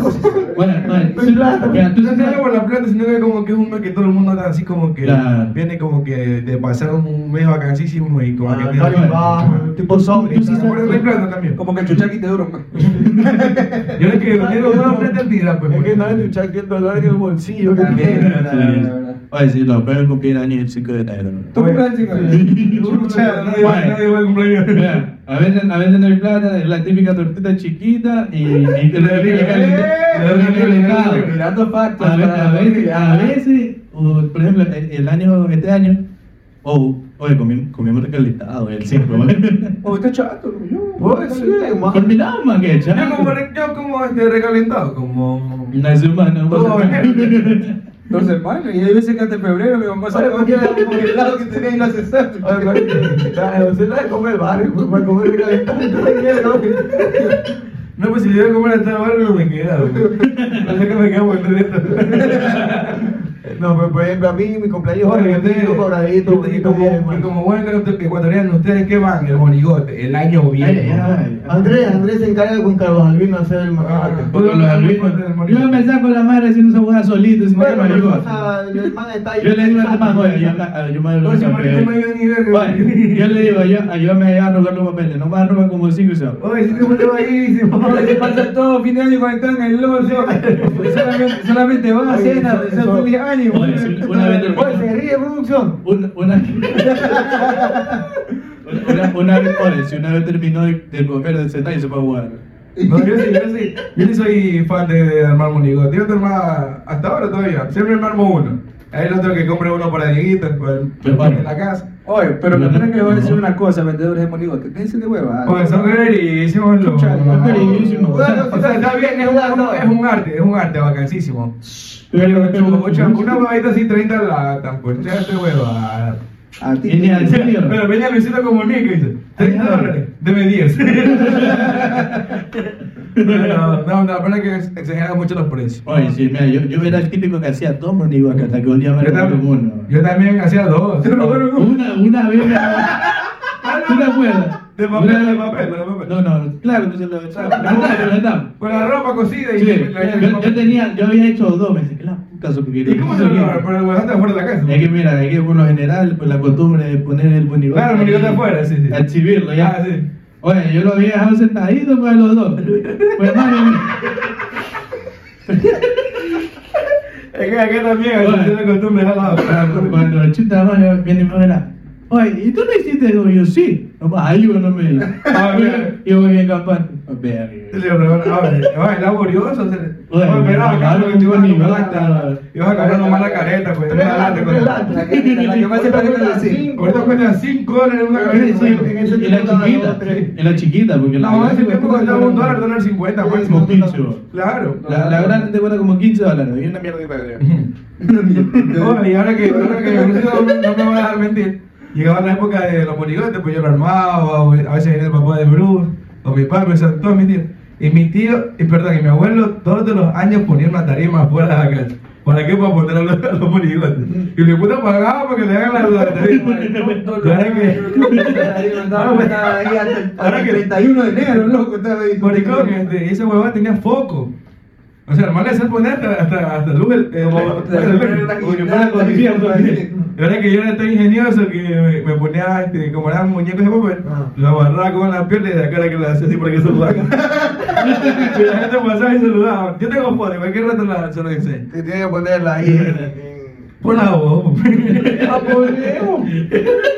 D: Bueno, bueno,
C: Pues
B: No hay plata.
D: mira, tú
A: es algo
D: sabes-
A: este por la plata, sino que como que es un mes que todo el mundo está así como que
D: Claro.
A: viene como que de pasar un mes vacancísimo y como que
B: Ah,
A: tiene-
B: Dale bajo, tipo zombie.
D: Tú sí
A: Por eso hay plata también.
C: Como que el chuchaqui te dura más.
A: Yo le quiero tener una pretendida, pues.
B: Es que no
A: bueno.
B: hay que el dolor en el bolsillo. que
C: También,
B: tiene.
C: la- la- la- la-
D: Oye, sí, no, pero el cumpleaños es el 5 de enero.
C: ¿Tú qué crees, chico?
A: Chucha, nadie va- nadie va al cumpleaños.
D: Mira, a veces, a veces no hay plata, es la típica tortita chiquita y, y te lo
A: Eh, eh,
D: calentado.
C: Mirando factos.
D: A, ve-
C: para-
D: a veces, a veces, o, por ejemplo, el, el año, este año, oh, oye, comimos, comimos recalentado el 5, ¿vale?
C: Oh, está chato, yo.
B: Oye, sí, ma-
D: Combinamos, man, que
A: Yo
D: chaval.
A: como, re- yo como este recalentado, como...
D: Una semana,
A: Todo bien.
D: una semana.
C: Dos semanas, y hay veces que hasta en febrero mi mamá sale
B: ¿por qué?
C: por el lado que tenía y no hace santo.
B: Oye, pero- la- Usted la come el barrio, pues, para comer recalentado.
A: No, pues si yo iba a comer hasta el barrio me quedaba. No sé qué me quedaba por el
B: No, pero por ejemplo, a mí mi cumpleaños
A: Oye,
B: es
A: ustedes,
B: un cobradito,
A: ustedes
B: bonito,
A: como,
B: bien,
A: y
B: hermano.
A: como buenos ecuatorianos, ¿ustedes qué van? El monigote, el año
D: Ay,
A: viejo.
D: ay.
B: Andrés, Andrés se encarga con Carlos Albino hacer el
A: Ah,
B: macarate.
A: pues,
D: Porque los algoritmos- Yo me saco la madre haciendo esa jugada solito, sin
B: Bueno,
D: marico.
B: o sea, el man está ahí.
D: Yo le digo a Tomás, oye, yo me- a- yo me
A: Oye,
D: yo me-
A: marico, no hay ni verga.
D: Oye, yo le digo, yo, yo me voy a robar los papeles, no me van a robar como cinco, ¿sabes?
A: Oye, si te metes ahí, si
C: Se pasa todo fin de año conectado en el LOL. Solamente, solamente va a
B: Oye,
C: cena,
B: eso-
C: desea feliz año.
D: Oye, sí, una vez
B: Oye,
C: Pues
B: se ríe, producción.
D: Una, una, una, una vez, oye, si una vez terminó de, de comer del y se fue a jugar.
A: No, yo sí, yo sí. Yo sí soy fan de, de armar monigotes. Yo te armaba hasta ahora todavía. Siempre me armo uno. Hay el otro que compra uno para Dieguito, para
D: Pero bueno.
A: en la casa.
C: Oye, pero
D: No,
C: primero que les voy a decir
D: no.
C: una cosa, vendedores de monigotes, déjense de hueva.
A: Oye, son carísimos los.
C: Escucha, son
D: carísimos.
A: Bueno, O sea, está bien, es un, es un arte, es un arte vacancísimo. Pero, chupo, escucha, una babita así 30 latas, pues, este hueva.
C: A ti.
D: Ni al serio.
A: Pero venía Luisito Comunica y dice, 30 dólares, deme 10. No, no, no, pero es que exageran mucho los precios.
D: Oye, sí, mira, yo, yo era el típico que hacía dos monigotes hasta que un día me
A: Yo
D: robó
A: también,
D: uno.
A: yo también hacía dos.
D: Una, una vez me ¿Tú te acuerdas?
A: Ah, De papel,
D: Una-
A: de papel, de papel.
D: No, no, claro que se lo echaba.
A: Con la ropa cocida y
D: Sí,
A: la-
D: yo, yo tenía, yo había hecho dos meses, que la puta su
A: ¿Y cómo se lo logra? Pero lo dejaste afuera de la casa.
D: Es que mira, es que por lo general, pues la costumbre de poner el bonigote.
A: Claro, el monigote afuera, sí, sí.
D: Exhibirlo ya.
A: Ah, sí.
D: Oye, yo lo había dejado sentadito para los dos. Pues madre mía.
A: Es que acá también, así tiene costumbre dejar la
D: Cuando el chuta mano eh, viene y me verá. Oye, ¿y tú no hiciste algo? Yo sí. pues, Nomás ayúdame. me dijo.
A: Ah, bien.
D: Yo voy bien capaz. Vea,
A: Yo le digo, pero, a ver, a ver, laborioso. se-
D: Bueno,
A: Bueno, pero acá
D: claro,
A: lo que te iba a
D: ni
A: comprar,
D: nada.
A: ibas a comprar nomás la careta, pues.
B: Tres
A: más adelante,
B: latas,
A: pues.
B: tres latas.
C: La que, la que más te parece decir.
A: Ahorita cuesta 5 dólares una
B: Pero
A: careta.
B: sí, en
A: güey.
B: ese
D: Y la
B: tiempo
D: chiquita,
B: estaba en
D: en la chiquita, porque la
A: No,
D: grande
A: ese tiempo
D: cuesta
A: costaba
D: como-
A: un dólar, dólar 50 máximo.
D: Como pincho.
A: Claro.
D: La, la grande te cuesta como 15 dólares, y una mierda de
A: Bueno, y ahora que, ahora que no, no me voy a dejar mentir, llegaba la época de los monigotes, pues yo lo armaba, o a veces era el papá de Bruce, o mi papá, o sea, todos mis tíos. Y mi tío, y perdón, y mi abuelo, todos los años ponían una tarima afuera de la casa. ¿Para qué? Para poner a los, a los monigotes. Y le puta pagaba para que le hagan la, la tarima. Y ahora que.
C: Estaba ahí hasta el 31 de enero, loco. Estaba ahí.
A: Maricón, este, esa huevada tenía foco. O sea, hermano, se ponía hasta, hasta, hasta luz el. el- el- La verdad que yo era tan ingenioso que me, me ponía, este, como eran muñecos de papel,
B: Ah.
A: lo amarraba con la pierna y de acá era que lo hacía así para que saludara. y la gente pasaba y saludaba. Yo tengo foto, cualquier rato la, se lo hice.
B: Te tiene que ponerla ahí. en-
A: Por la voz.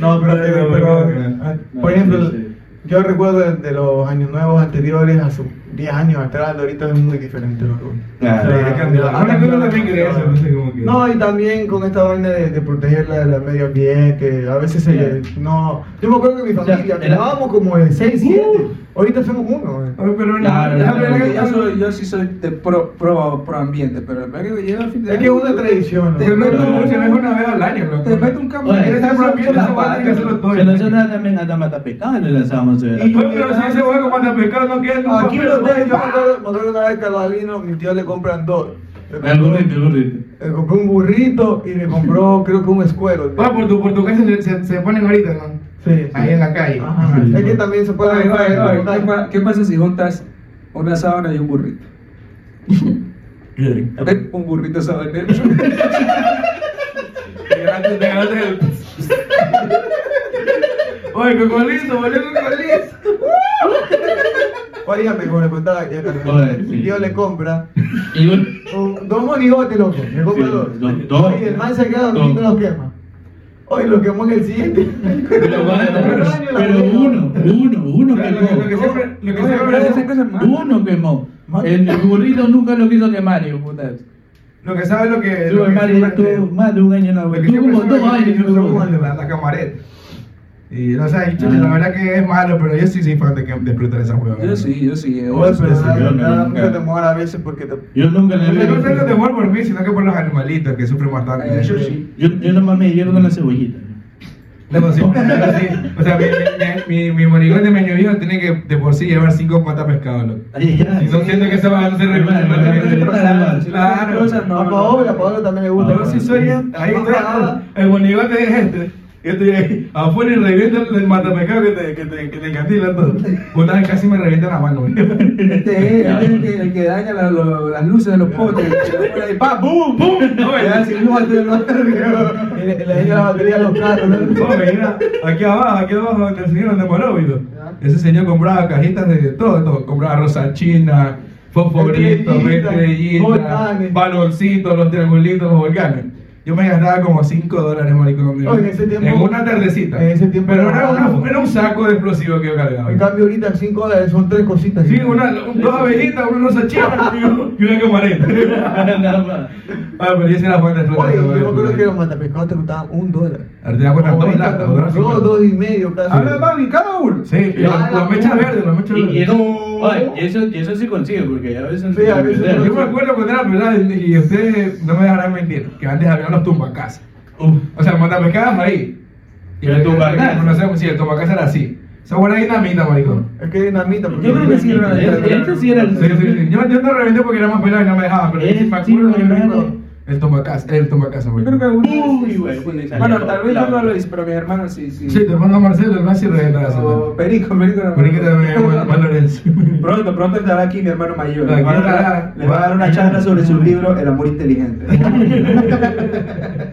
B: No, pero, pero,
A: Ah,
B: por ejemplo,
D: sí, sí.
B: yo recuerdo de, de los años nuevos anteriores, hace 10 años atrás, de ahorita es muy diferente. loco.
D: Claro,
B: O sea,
A: ha cambiado.
B: ha
A: Ahora que uno
B: cambiado
A: también cree eso, no sé cómo que-
B: No, y también con esta vaina de, de proteger la- el medio ambiente, a veces se
D: Claro.
B: no, yo me acuerdo que mi
D: O sea,
B: familia,
D: era-
B: mirábamos como de
A: Uh.
B: 6, 7, ahorita somos uno. eh.
A: Pero no, ya,
D: Claro, claro,
A: pero
D: claro.
A: es que ya soy-
C: Yo sí soy de pro, pro, pro ambiente, pero la verdad que llega al fin de
B: Es que es una tradición.
A: Te
B: ¿no?
A: meto un si no es una vez al año, loco.
C: Te meto un cambio.
D: Oye,
A: Eres tan propietario, esa huevada tiene que hacerlo todo.
D: Se nosotros también hasta matapetado le lanzábamos. eh.
B: Y-
A: Bueno, Pero si ese huevo cuando pescado no pues, queda en un
B: Aquí
A: papel,
B: lo tengo, yo me
A: ¿no?
B: acuerdo, me acuerdo una vez que a los alinos, mi tío le compran dos. Le
D: El
B: compró-
D: burrito, el burrito.
B: Le compró un burrito y me compró, creo que un escuero.
A: Va pues, por tu, por tu casa se, se, se ponen ahorita, ¿no?
B: Sí.
A: Ahí en la calle.
B: Ajá.
D: Sí.
B: Es que también se puede
C: Oye, oye, oye, ¿qué
B: comprar.
C: pa- ¿Qué pasa si juntas una sábana y un burrito? ¿Ven? Un burrito sabanero.
A: Te ganaste, te ganaste el. Oye, cocolizo, boludo, cocolizo.
B: Oígame, como le contaba ayer
D: Oye,
B: también. Mi
D: sí.
B: tío le compra
D: Y un-
B: un- dos monigotes, loco. Le compra
D: Sí,
B: dos.
D: dos- dos.
B: Y el man se queda dormido y
D: Dos.
B: lo quema. Hoy lo quemó en el siguiente.
D: Pero, bueno, pero- pero uno, uno, uno
A: Claro, lo que- lo que
D: quemó.
A: siempre- lo que siempre
C: Oye, pero
A: hablamos-
C: esas cosas malas.
D: Uno quemó. El burrito nunca lo quiso quemar, hijo puta.
A: Lo que sabes lo que.
D: Tuvo
A: lo que
D: más de-
A: siempre-
D: tuvo más de un año en la
A: lo que
D: boca.
A: siempre
D: Tuvo
A: sabe
D: dos años
A: que
D: que
A: somos
D: lo
A: de la, la camareta. Y no sé, y chucha,
D: Ah.
A: la verdad que es malo, pero yo sí soy fan de, que, de explotar esa hueva.
C: Yo sí, yo sí. eh,
B: Oye, pero
D: sí, yo no,
B: nada, nada,
D: nunca.
B: mucho temor a veces porque te.
D: Yo nunca le
A: Pero no tengo
D: había
A: temor por mí, sino que por los animalitos que sufren bastante.
C: Eh, yo sí.
D: Yo, yo nomás me llevo con la cebollita.
A: De por sí, de por sí. O sea, mi, mi, mi, mi monigote meñudo tiene que de por sí llevar cinco patas pescado, loco. Y no siento que esa va a ser Claro.
B: A Paola, a Paola también le gusta.
A: Yo sí soy el- ahí estoy,
B: Ah,
A: el monigote es este. Yo estoy ahí afuera y revienta el, el matapecado que te, que te, que te encantila todo. Una vez casi me revienta la mano. güey.
C: Este es este es el que, el que daña la- lo- las luces de los postes. Y pa, boom, boom.
A: No,
C: Te da sin luz al del otro.
B: Y Le le daña la batería a los carros. ¿no?
A: No, mira, aquí abajo, aquí abajo, el señor de Moróvilo. Ese señor compraba cajitas de todo, todo. compraba rosa china, fosforitos,
B: Estrellitas,
A: estrellitas,
B: volcanes.
A: baloncitos, los triangulitos, los volcanes. Yo me gastaba como 5 dólares, marico, con mi
B: No, en ese tiempo-
A: en una tardecita.
B: en ese tiempo
A: Pero
B: era
A: era,
B: barato.
A: una, era un saco de explosivo que yo cargaba.
B: En cambio, ahorita 5 dólares son tres cositas.
A: Sí, una, un- dos avelitas, una salchicha y un- y una camareta.
D: Nada más.
A: Ah, pero yo sí la fuente de
B: Oye, yo
A: explosión.
B: me acuerdo que los matapescados te costaban un dólar.
A: Ahora te das cuenta, dos
B: Ahorita
A: latas,
B: te-
A: dos
B: No,
A: latas.
B: dos y medio casi.
A: Habla mami, cada uno. Sí,
D: Ah,
A: las
B: la
A: las mechas
B: puta.
A: verdes, las mechas
D: Y, y
A: verdes.
D: eso, oye, y eso, y eso sí consigue, porque a veces.
B: Sí, a veces
A: Yo me acuerdo cuando era pelada y y ustedes no me dejarán mentir, que antes había unos tumbacasas.
D: Uf,
A: O sea, matapescadas ahí.
D: Y el tumbacasas.
A: Conocemos, sí, el tumbacasas era así. Esa buena dinamita, maricón.
B: Es que hay dinamita. porque-
D: Yo creo que sí era una
B: Era-
D: dinamita. Este sí era
A: Sí,
D: el-
A: sí, sí. Yo, yo no reventé porque era más pelado y no me dejaba, pero
D: Eh,
A: sí, me
D: sí,
A: acuerdo que
D: no,
A: me
D: no.
A: dijo el tumbacasa, el tumbacasa,
C: Yo creo que
A: maricón.
C: algunos
D: Uy, güey,
B: pues,
C: Bueno, tal vez yo no lo hice, pero mi hermano sí, sí.
A: Sí, te mando a Marcelo, el más y reventa la
C: O
D: Oh.
A: semana.
C: Perico, Perico no.
A: Porque también, bueno, Juan Lorenzo.
C: Pronto, pronto estará aquí mi hermano mayor.
A: Aquí
C: Le va a
A: estará.
C: dar, le va a dar una charla sobre su libro El amor inteligente.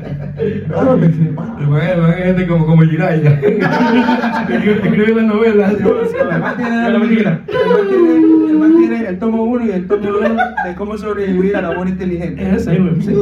B: Claro que sí,
A: El
B: mano.
A: man- el man es gente como, como Jiraya. escribe, escribe la novela.
C: El man tiene-
D: Pero
C: el
D: mentira.
C: man tiene- el man tiene el tomo 1 y el tomo 2 de cómo sobrevivir al amor inteligente.
D: Es ese, güey.
C: Sí,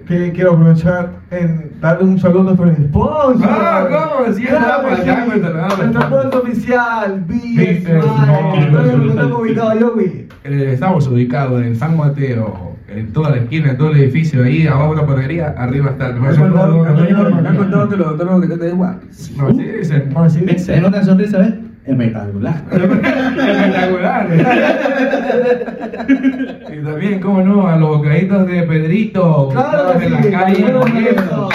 B: que quiero aprovechar en darle un saludo a nuestros sponsors?
A: Ah, ¿cómo? Sí,
B: Claro
A: estaba
B: que
A: acá,
B: sí.
A: cuéntalo, dale.
B: Nuestro sponsor oficial,
A: Big
B: Big
A: Smile.
B: Smile. ¿Dónde nos estamos ubicados, Yogi?
A: Eh, estamos ubicados en San Mateo, en toda la esquina, en todo el edificio, ahí abajo la panadería, arriba está el
C: Me
A: mejor
C: han contado-
A: soldado.
C: me han contado que los odontólogos que te den guapos.
A: No, sí, dicen.
B: Ah, sí.
D: Es es una sonrisa, ¿ves? Espectacular.
A: Espectacular. y también, cómo no, a los bocaditos de Pedrito,
B: Claro
A: de
B: que
A: la
B: sí.
A: calle
B: Bueno,
A: Nieto,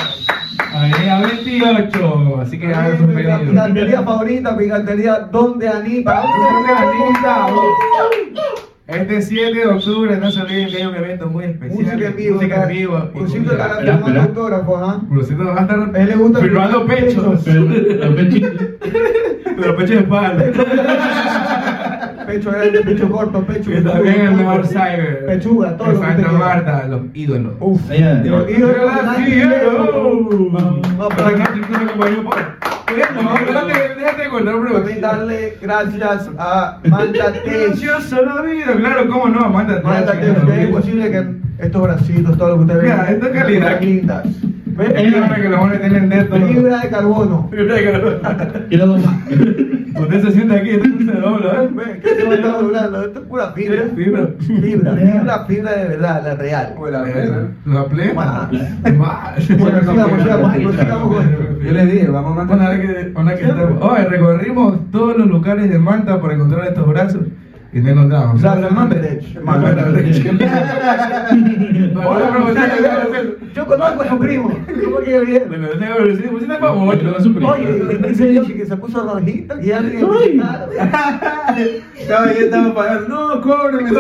A: Avenida 28. Así que hagan sus
B: La
A: pedidos.
B: picantería favorita, picantería Donde Anita.
A: Donde Anita. Este 7 de octubre no se olviden que hay un evento muy especial.
B: Música en vivo.
A: Música en
B: cara.
A: vivo. y
B: Inclusive
A: comida.
B: estarán
D: Espera,
B: firmando
D: espera.
B: autógrafos, ¿ah?
A: Crucito va a estar
B: A él le gusta
A: firmando
B: firmar
A: pechos.
D: Pero, los pechitos.
A: Pero pechos de espalda.
B: Pecho grande, pecho corto, pecho.
A: Y también el mejor cyber.
B: Pechuga, todo
A: En
B: lo que Uh, usted
A: Santa
B: quiera.
A: Marta, los ídolos.
B: Uf,
D: Allá.
B: Dios mío,
A: Yo
B: Dios
A: la
B: mío.
A: quiero.
B: No, pero
A: Acá
B: acá
A: te estoy acompañando por- Oye, no, espérate, déjate contar un
B: también
A: breve.
B: darle gracias a Manta Tech.
A: Gracioso la vida, claro, cómo no, mándate.
B: Manta Tech, que es posible que estos bracitos, todo lo que usted ve.
A: Mira, esto es calidad.
B: están lindas. Ve,
A: Créanme que los hombres tienen de esto.
B: Fibra de carbono.
D: Quiero dos más.
A: Usted se sienta aquí, usted se dobla, ¿eh?
B: Ve, ¿Qué te va a estar hablando? Esto es pura fibra.
A: Fibra.
B: Fibra, fibra, fibra de verdad, la real.
C: Hola, hola.
A: La plena.
B: Más.
A: Más.
B: Bueno, sigamos, sigamos, sigamos con-
C: Yo les dije, vamos a mandar-
A: Una vez que, una vez que estamos- oye, recorrimos todos los lugares de Manta para encontrar estos brazos y no encontramos.
B: Claro, el Manta Tech.
A: Manta Hola, profesor.
B: Yo conozco a su primo. ¿Cómo que viene?
A: Bueno, tengo que decir, pues, si no es para vos, no es un primo.
B: Oye, dice Yoshi que se puso rojito, que ya le
C: Estaba yo estaba pagando. No, cóbreme.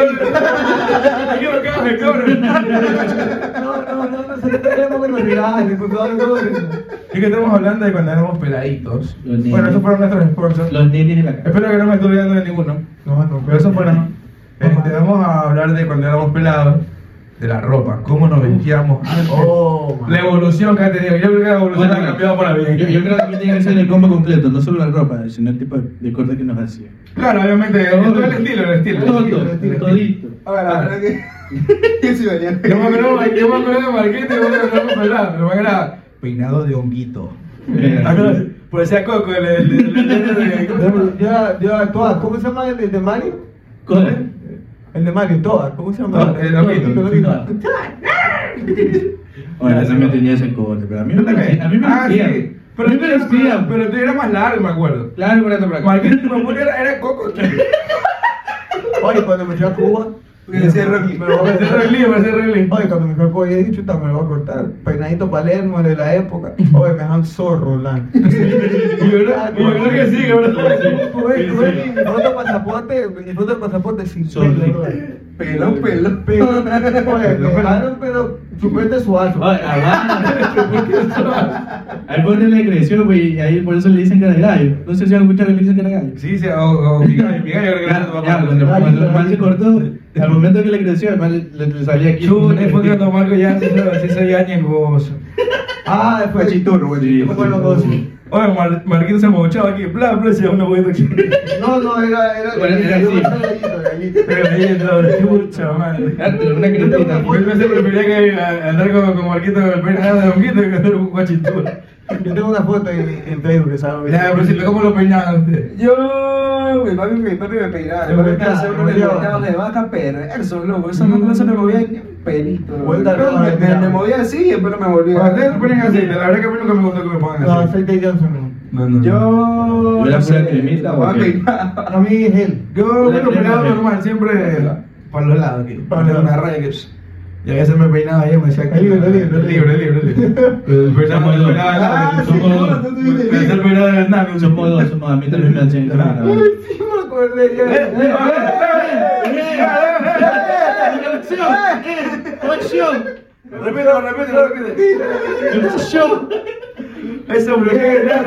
A: Yo lo que hago, me cobro.
B: No, no, no, no, se le tenemos que retirar, por favor, no.
A: Es que estamos hablando de cuando éramos peladitos.
D: Los nenes.
A: Bueno, esos fueron nuestros sponsors.
D: Los nenes en la cara.
A: Espero que no me estuve olvidando de ninguno.
B: No, no,
A: Pero eso fueron. Este, vamos a hablar de cuando éramos pelados, de la ropa, cómo nos vestíamos antes.
B: Oh, man.
A: la evolución que ha tenido. Yo creo que la evolución ha cambiado para bien.
D: Yo, yo creo que aquí tiene que ser el combo completo, no solo la ropa, sino el tipo de, de corte que nos hacía.
A: Claro, obviamente, todo el estilo, el estilo.
D: Todo,
A: El estilo.
D: todito.
C: A ver, la verdad que. Yo sí venía.
A: Yo me acuerdo, yo me acuerdo de Marquito y yo me acuerdo de pelado, pero me acuerdo peinado de honguito.
D: Eh,
A: Parecía Coco, el, el, el, el, el, el- ¿cómo se llama?
B: Yo, yo actuaba, ¿cómo se llama el de- el de Mario?
D: Corre.
B: El de Mario, todas, ¿cómo se llama?
A: Todas, el loquito.
B: loquito.
D: Bueno, ese me tenía ese corte, pero a mí
A: Yo
D: no me
A: también.
D: A mí me
A: Ah,
D: vestían.
A: sí. Pero
D: Pero a mí me
A: tú eras-
D: vestían.
A: pero tú eras más largo, me acuerdo.
D: Claro, correcto, pero acá.
A: Marquito, me acuerdo, era, era Coco.
B: Oye, cuando me fui a Cuba.
C: Porque decía Rocky.
A: Pero me cerró el lío, me cerró el lío.
B: Oye, cuando me fui a Cuba, yo dije, chuta, me lo voy a cortar. Peinadito Palermo de la época. Oye, me dejan zorro, Lan.
A: Y yo creo- y yo creo que sí, que ahora sí.
B: Tuve, tuve mi foto de pasaporte, mi foto de pasaporte sin
D: Zorro.
B: pelo.
C: Pelón, pelón,
B: Pero,
C: pelón.
B: oye, me dejaron, pero Su cuenta es su alfa.
D: Ay, aguanta. Ahí pone la agresión, güey, y ahí por eso le dicen caragallo. No sé si alguna vez le dicen caragallo.
A: Sí, sí, o, o mi gallo, mi gallo, creo que era tu
D: Ya,
A: papá.
D: cuando cuando el man se cortó, al momento que le creció, el man le, le salía aquí.
A: Chuta, ahí fue cuando Marco ya se hizo- se hizo ya ñengoso.
B: Ah, después
C: Chiturro, güey.
D: Sí.
B: Fue bueno, dos.
A: Oye, Mar- Marquito se mochaba aquí, bla, bla, se una buena aquí.
B: No, no, era, era,
D: Bueno, era
B: yo
D: así.
B: era gallito, gallito.
A: Pero ahí entró, chucha madre.
D: Ah, pero una cretita.
A: Yo pensé que prefería que a- andar con, con Marquito con el pelo nada de honguito que andar con guachitula.
B: Yo tengo una foto en, en Facebook que sabe.
A: Ya, pero si ¿cómo lo peinaban ustedes?
C: Yo, mi papi, mi papi me peinaba. Mi
B: Pero
C: papi me
B: ya,
C: hacía unos
B: pero ya.
C: mercados de vaca perverso, loco. Eso no se me movía ni un pelito. loco.
B: Vuelta
C: Pero me,
B: arriba,
C: me,
B: ya.
C: me movía así, pero me volvía.
A: Cuando ustedes lo ponen así, la verdad que a mí nunca me gustó que me pongan
B: No,
A: así.
B: aceite de Johnson.
A: No, no.
C: Yo.
D: ¿Era
C: no
D: pura
C: sé,
D: cremita
C: estaba
D: o qué?
C: peinado.
B: A mí es él.
A: Yo me lo peinaba
D: Depende.
A: normal, siempre para los lados, aquí.
B: Para los
A: Para una raya que y a veces me peinaba ahí y me decía que.
B: Es libre, es libre, es
A: libre,
B: libre.
A: libre, libre. Pero el peinado
D: Somos
A: el
D: dos.
A: peinado de Hernán,
C: Ah,
A: me-
C: sí,
A: somos
C: no,
A: dos.
C: tú dices-
A: Me hacía el peinado de Hernán, me-
D: Somos dos, somos a mí también me hacen.
C: Sí, me acordé. yo.
A: Eh, eh, eh, eh, eh, eh, eh. Repito, repito, repito. Ese hombre que era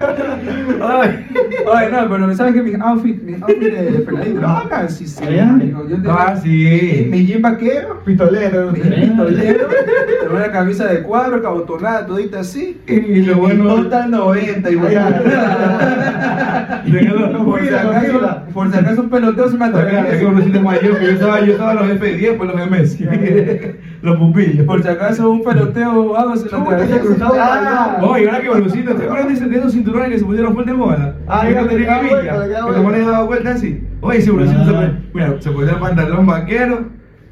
C: Ay, ay, no, pero ¿sabes que Mis outfits, mis outfits de Fernandito. No, casi sí.
D: Ya.
C: digo, yo tengo-
A: Ah, sí.
C: Mi jean vaquero.
B: Pistolero.
C: Mi
D: Ya.
C: pistolero. Tengo una camisa de cuadro, cabotonada, todita así.
A: Y lo bueno.
C: Nota 90 y voy a... Por si acaso- por si acaso un peloteo se me
A: Es que
C: atraviesa.
A: un presidente mayor que yo estaba, yo estaba a los F10 por los MS. Los pupillos.
C: Por si acaso un peloteo o algo se me
B: Chuta,
C: atraviesa.
B: se cruzaba la
C: Ah,
B: mano.
A: Oye, ahora que Brucito, ¿te acuerdas de esos- de esos cinturones que se pusieron fuerte de moda?
B: Ah,
A: que
B: ya,
A: no
B: ya,
A: tenían
B: bueno,
A: villa.
B: ya,
A: Que los
B: bueno.
A: manes daban vueltas así. Oye, si Brucito se
D: Ah.
A: ponía, mira, se ponía el pantalón vaquero,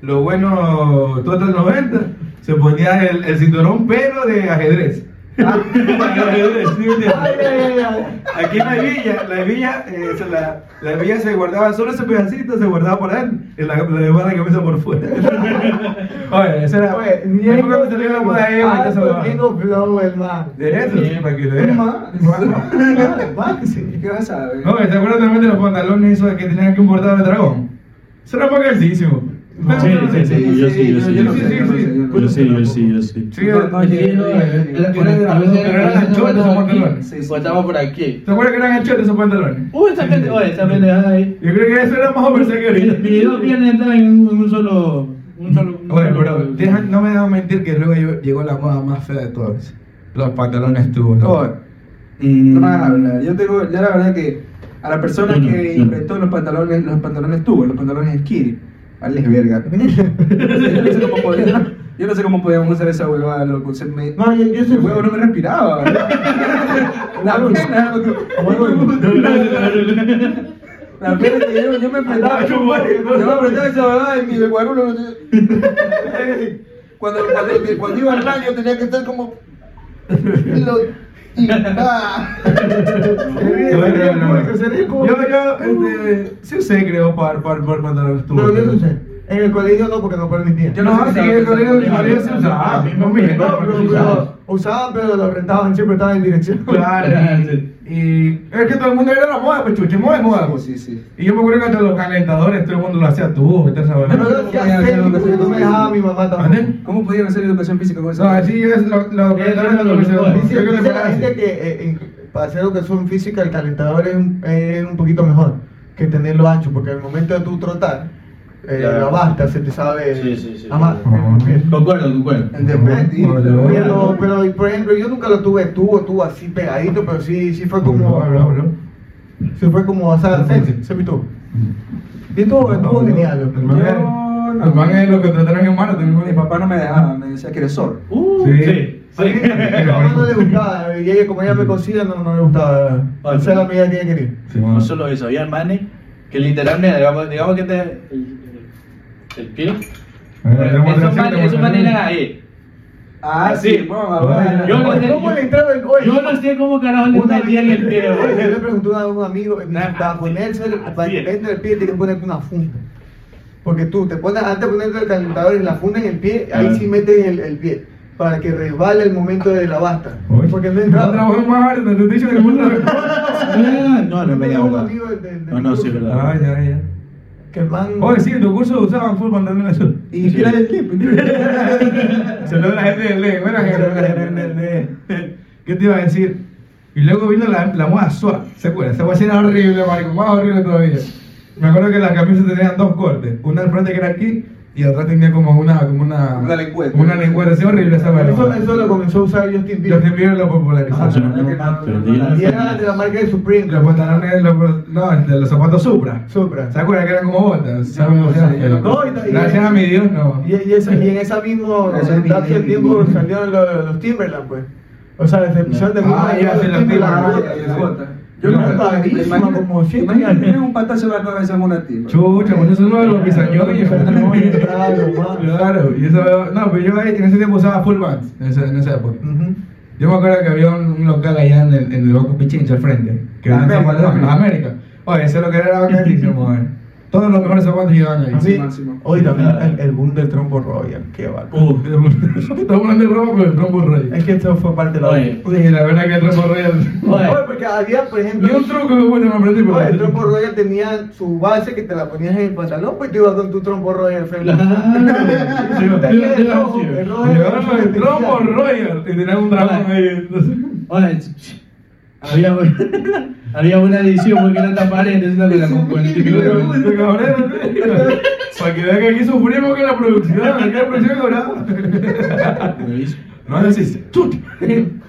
A: lo bueno, todo hasta el 90, se ponía el, el cinturón pero de ajedrez. De ajedrez, ¿sí me entiendes?
B: Ah. Ay, ay, ay,
A: Aquí en la villa, la villa, eh, se la, la villa se guardaba, solo ese pedacito se guardaba por él, y la, la demás la camisa por fuera. Oye, esa
B: ay.
A: era.
B: Oye,
A: Oye, yo creo que salió la moda ahí, ahorita se
B: alto
A: va.
B: gringo flow, el man.
A: De eso,
D: Bien.
A: para que lo vean.
B: Ah, va que sí.
C: ¿Qué vas a ver?
A: Oye, ¿te acuerdas también de los pantalones esos que tenían aquí un bordado de dragón? Eso era pagadísimo.
D: Sí, sí, sí, yo sí, yo sí.
A: yo sí, yo sí.
D: Yo sí, yo sí, yo sí. eh,
A: Sí, era-
C: No, no,
D: Sí, no, la-
A: Pero
D: a veces-
A: eran anchotes esos pantalones.
D: Sí, cortamos por aquí.
A: ¿Te acuerdas que eran anchotes esos pantalones?
D: Uy, esa gente, oye, esa gente, ay.
A: Yo creo que eso era más oversize que
D: Mis
A: ahorita.
D: mis dos piernas entran en un, en un solo. Un solo un
A: Oye,
D: solo-
A: pero deja- no me dejas mentir que luego yo- llegó la moda más fea de todas. Los pantalones tubos. ¿no?
C: Oye, No me hagas hablar. Yo tengo, ya la verdad que a la persona
D: Yo no,
C: que
D: yo no.
C: inventó los pantalones, los pantalones tubos, los pantalones skinny, vales verga. yo, no sé cómo podían, yo no sé cómo podíamos usar esa huevada, loco. Se me,
B: No, yo, yo soy
C: el huevo no me respiraba. la pierna, loco. La pierna que yo, yo me apretaba. Yo me apretaba esa huevada y mi guarulo. Cuando, cuando, cuando iba al baño tenía que estar como. Lo, y, ah.
B: Se
A: Bueno,
B: ríe
A: no,
B: público,
A: no.
B: se ríe
A: Yo,
B: público.
A: yo, este, sí usé, creo, par, par, par pantalones tubos.
B: No, yo no sé. En el colegio no, porque no permitían.
A: Yo no sé si en el colegio de mi marido se usaba.
D: Ah,
A: No, mire,
B: No,
A: no,
B: pero,
A: pero-
B: pero usaban, pero lo rentaban, siempre estaban en dirección.
A: Claro, y, y es que todo el mundo era la moda, pues chuche, moda es moda. pues.
C: Sí, sí.
A: Y yo me acuerdo que hasta los calentadores todo el mundo lo hacía tubo, y toda esa vaina.
B: Pero yo hacía Facebook, yo no me dejaba a mi mamá tampoco.
A: ¿Ande?
C: ¿Cómo podían hacer educación física con eso?
A: No, así es lo, lo que era lo que se
B: Dice,
A: yo creo que
B: dice
A: le
B: la
A: pegaba
B: gente
A: así.
B: que eh, en- para hacer educación física el calentador es un, es un poquito mejor que tenerlo ancho, porque al momento de tú trotar, eh,
D: Claro.
B: lo basta, se te sabe
D: Sí, sí, sí.
B: amar.
D: Concuerdo, concuerdo.
C: Depende.
B: Pero, pero, por ejemplo, yo nunca lo tuve tubo, tubo así pegadito, pero sí, sí fue como,
A: Habla, habla.
B: sí fue como, o sea, semi, semi tubo. Y tubo, tubo genial.
A: El man es-
C: Yo no.
A: pues, el man es lo que trataron en mano, también.
C: Mi papá no me dejaba, me decía que eres zorro.
D: Uh,
A: Sí.
D: sí. sí.
B: A mi mamá no le gustaba, y ella como ella me cocina, no, no le gustaba hacer la medida que ella quería.
A: Sí,
D: No
A: man.
D: solo eso, había manes que literalmente, digamos, digamos que te. El, el pie. Esos manes esos manes eran ahí.
C: Ah,
D: sí,
C: mamá,
A: bueno.
D: Yo no
B: Oye,
D: sé,
B: ¿Cómo
D: yo-
B: le entraba el oye,
D: Yo no sé cómo carajo le
B: una
D: metían el pie,
B: Yo
D: güey.
B: le pregunté a un amigo, para ponerse el, para
D: Así es.
B: ponerte el pie tienes que ponerte una funda. Porque tú te pones, antes de ponerte el calentador y la funda en el pie,
D: Ah.
B: ahí sí metes el, el pie, para que resbale el momento de la basta.
A: Oye,
B: Porque no
A: No
B: entraba.
A: trabajó en Marte, te estoy diciendo que fue un trabajo.
D: No, no me
B: Yo tenía
D: llamó.
B: un amigo del- del-
D: No, no, sí,
B: del-
D: verdad.
A: Ah, ya, ya.
B: que el man.
A: Oye, sí, en tu curso usaban full pantalón azul.
C: Y yo era el tiempo.
A: Se lo de la gente del D, bueno, gente la gente del D. ¿Qué te iba a decir? Y luego vino la, la moda suave, ¿se acuerdan? Esa guasina era horrible, marico, más horrible todavía. Me acuerdo que las camisas tenían dos cortes, una al frente que era aquí y atrás tenía como una... Como una,
C: Una lengüeta.
A: Una lengüeta, sí, horrible esa guarda.
B: Eso, eso lo Ah, comenzó a usar Justin
A: Los
B: Bieber.
A: envíos lo popularizaron.
B: Y era de la marca de
A: Los
B: Supreme,
A: pantalones, los, no, de los zapatos Supra.
B: Supra.
A: ¿Se acuerdan que eran como botas? ¿Saben?
C: no
A: O sea,
C: sé, yo no-
B: No, y ta- y-
A: Gracias a mi Dios, no.
B: Y, y, esa- y en esa mismo
C: Eso es
B: en
C: bien,
B: el
C: bien,
B: tiempo
C: bien.
B: salieron los, los Timberland, pues. O sea, desde episodios de
A: Ah,
B: Moonlight,
A: ya, sí,
B: los
A: los
B: Timberland.
A: Timberland,
B: ¿no?
A: ya, ya, ya.
B: Yo
A: Yo
B: no
A: no
B: estaba
C: Imagina-
B: como siempre.
C: imagina tener un patazo en la cabeza en una tipa.
A: Chucha, bueno, eso es uno de los bisañoños.
B: Bisañoños, claro, guau.
A: Claro, y eso, no, pero yo ahí en ese tiempo usaba full bands, en esa, en esa época.
B: Ujú.
A: Yo me acuerdo que había un, un local allá en el, en el Banco Pichincha al frente, que vendían
C: América,
A: zapatos de
C: América.
A: América. Oye, eso es lo que era la bacanísimo, mover. Todos los mejores zapatos llegaban ahí.
B: Así,
C: máximo.
B: hoy también el, el boom del trombo royal, qué bárbaro.
D: Uh,
A: Estamos hablando de robo con el trombo royal.
B: Es que esto fue parte de la.
D: Oye.
A: Oye, la verdad que el trombo royal.
D: oye,
B: Oye, porque había, por
A: Y
B: ejemplo,
A: un truco que bueno me aprendí por
B: oye, el
A: ahí.
B: trompo royal tenía su base que te la ponías en el pantalón, pues tú ibas con tu trompo royal frente.
D: Claro.
B: Tenía el rojo, el rojo era
A: Llegaron con el trombo royal y tenían un dragón ahí. entonces.
D: oye, había, un- había una edición muy grande pared, es la que la compró el título.
A: Pero, cabrón, ¿no? Para que vean que aquí sufrimos que la producción, aquí la producción cobraba. No decís, chut.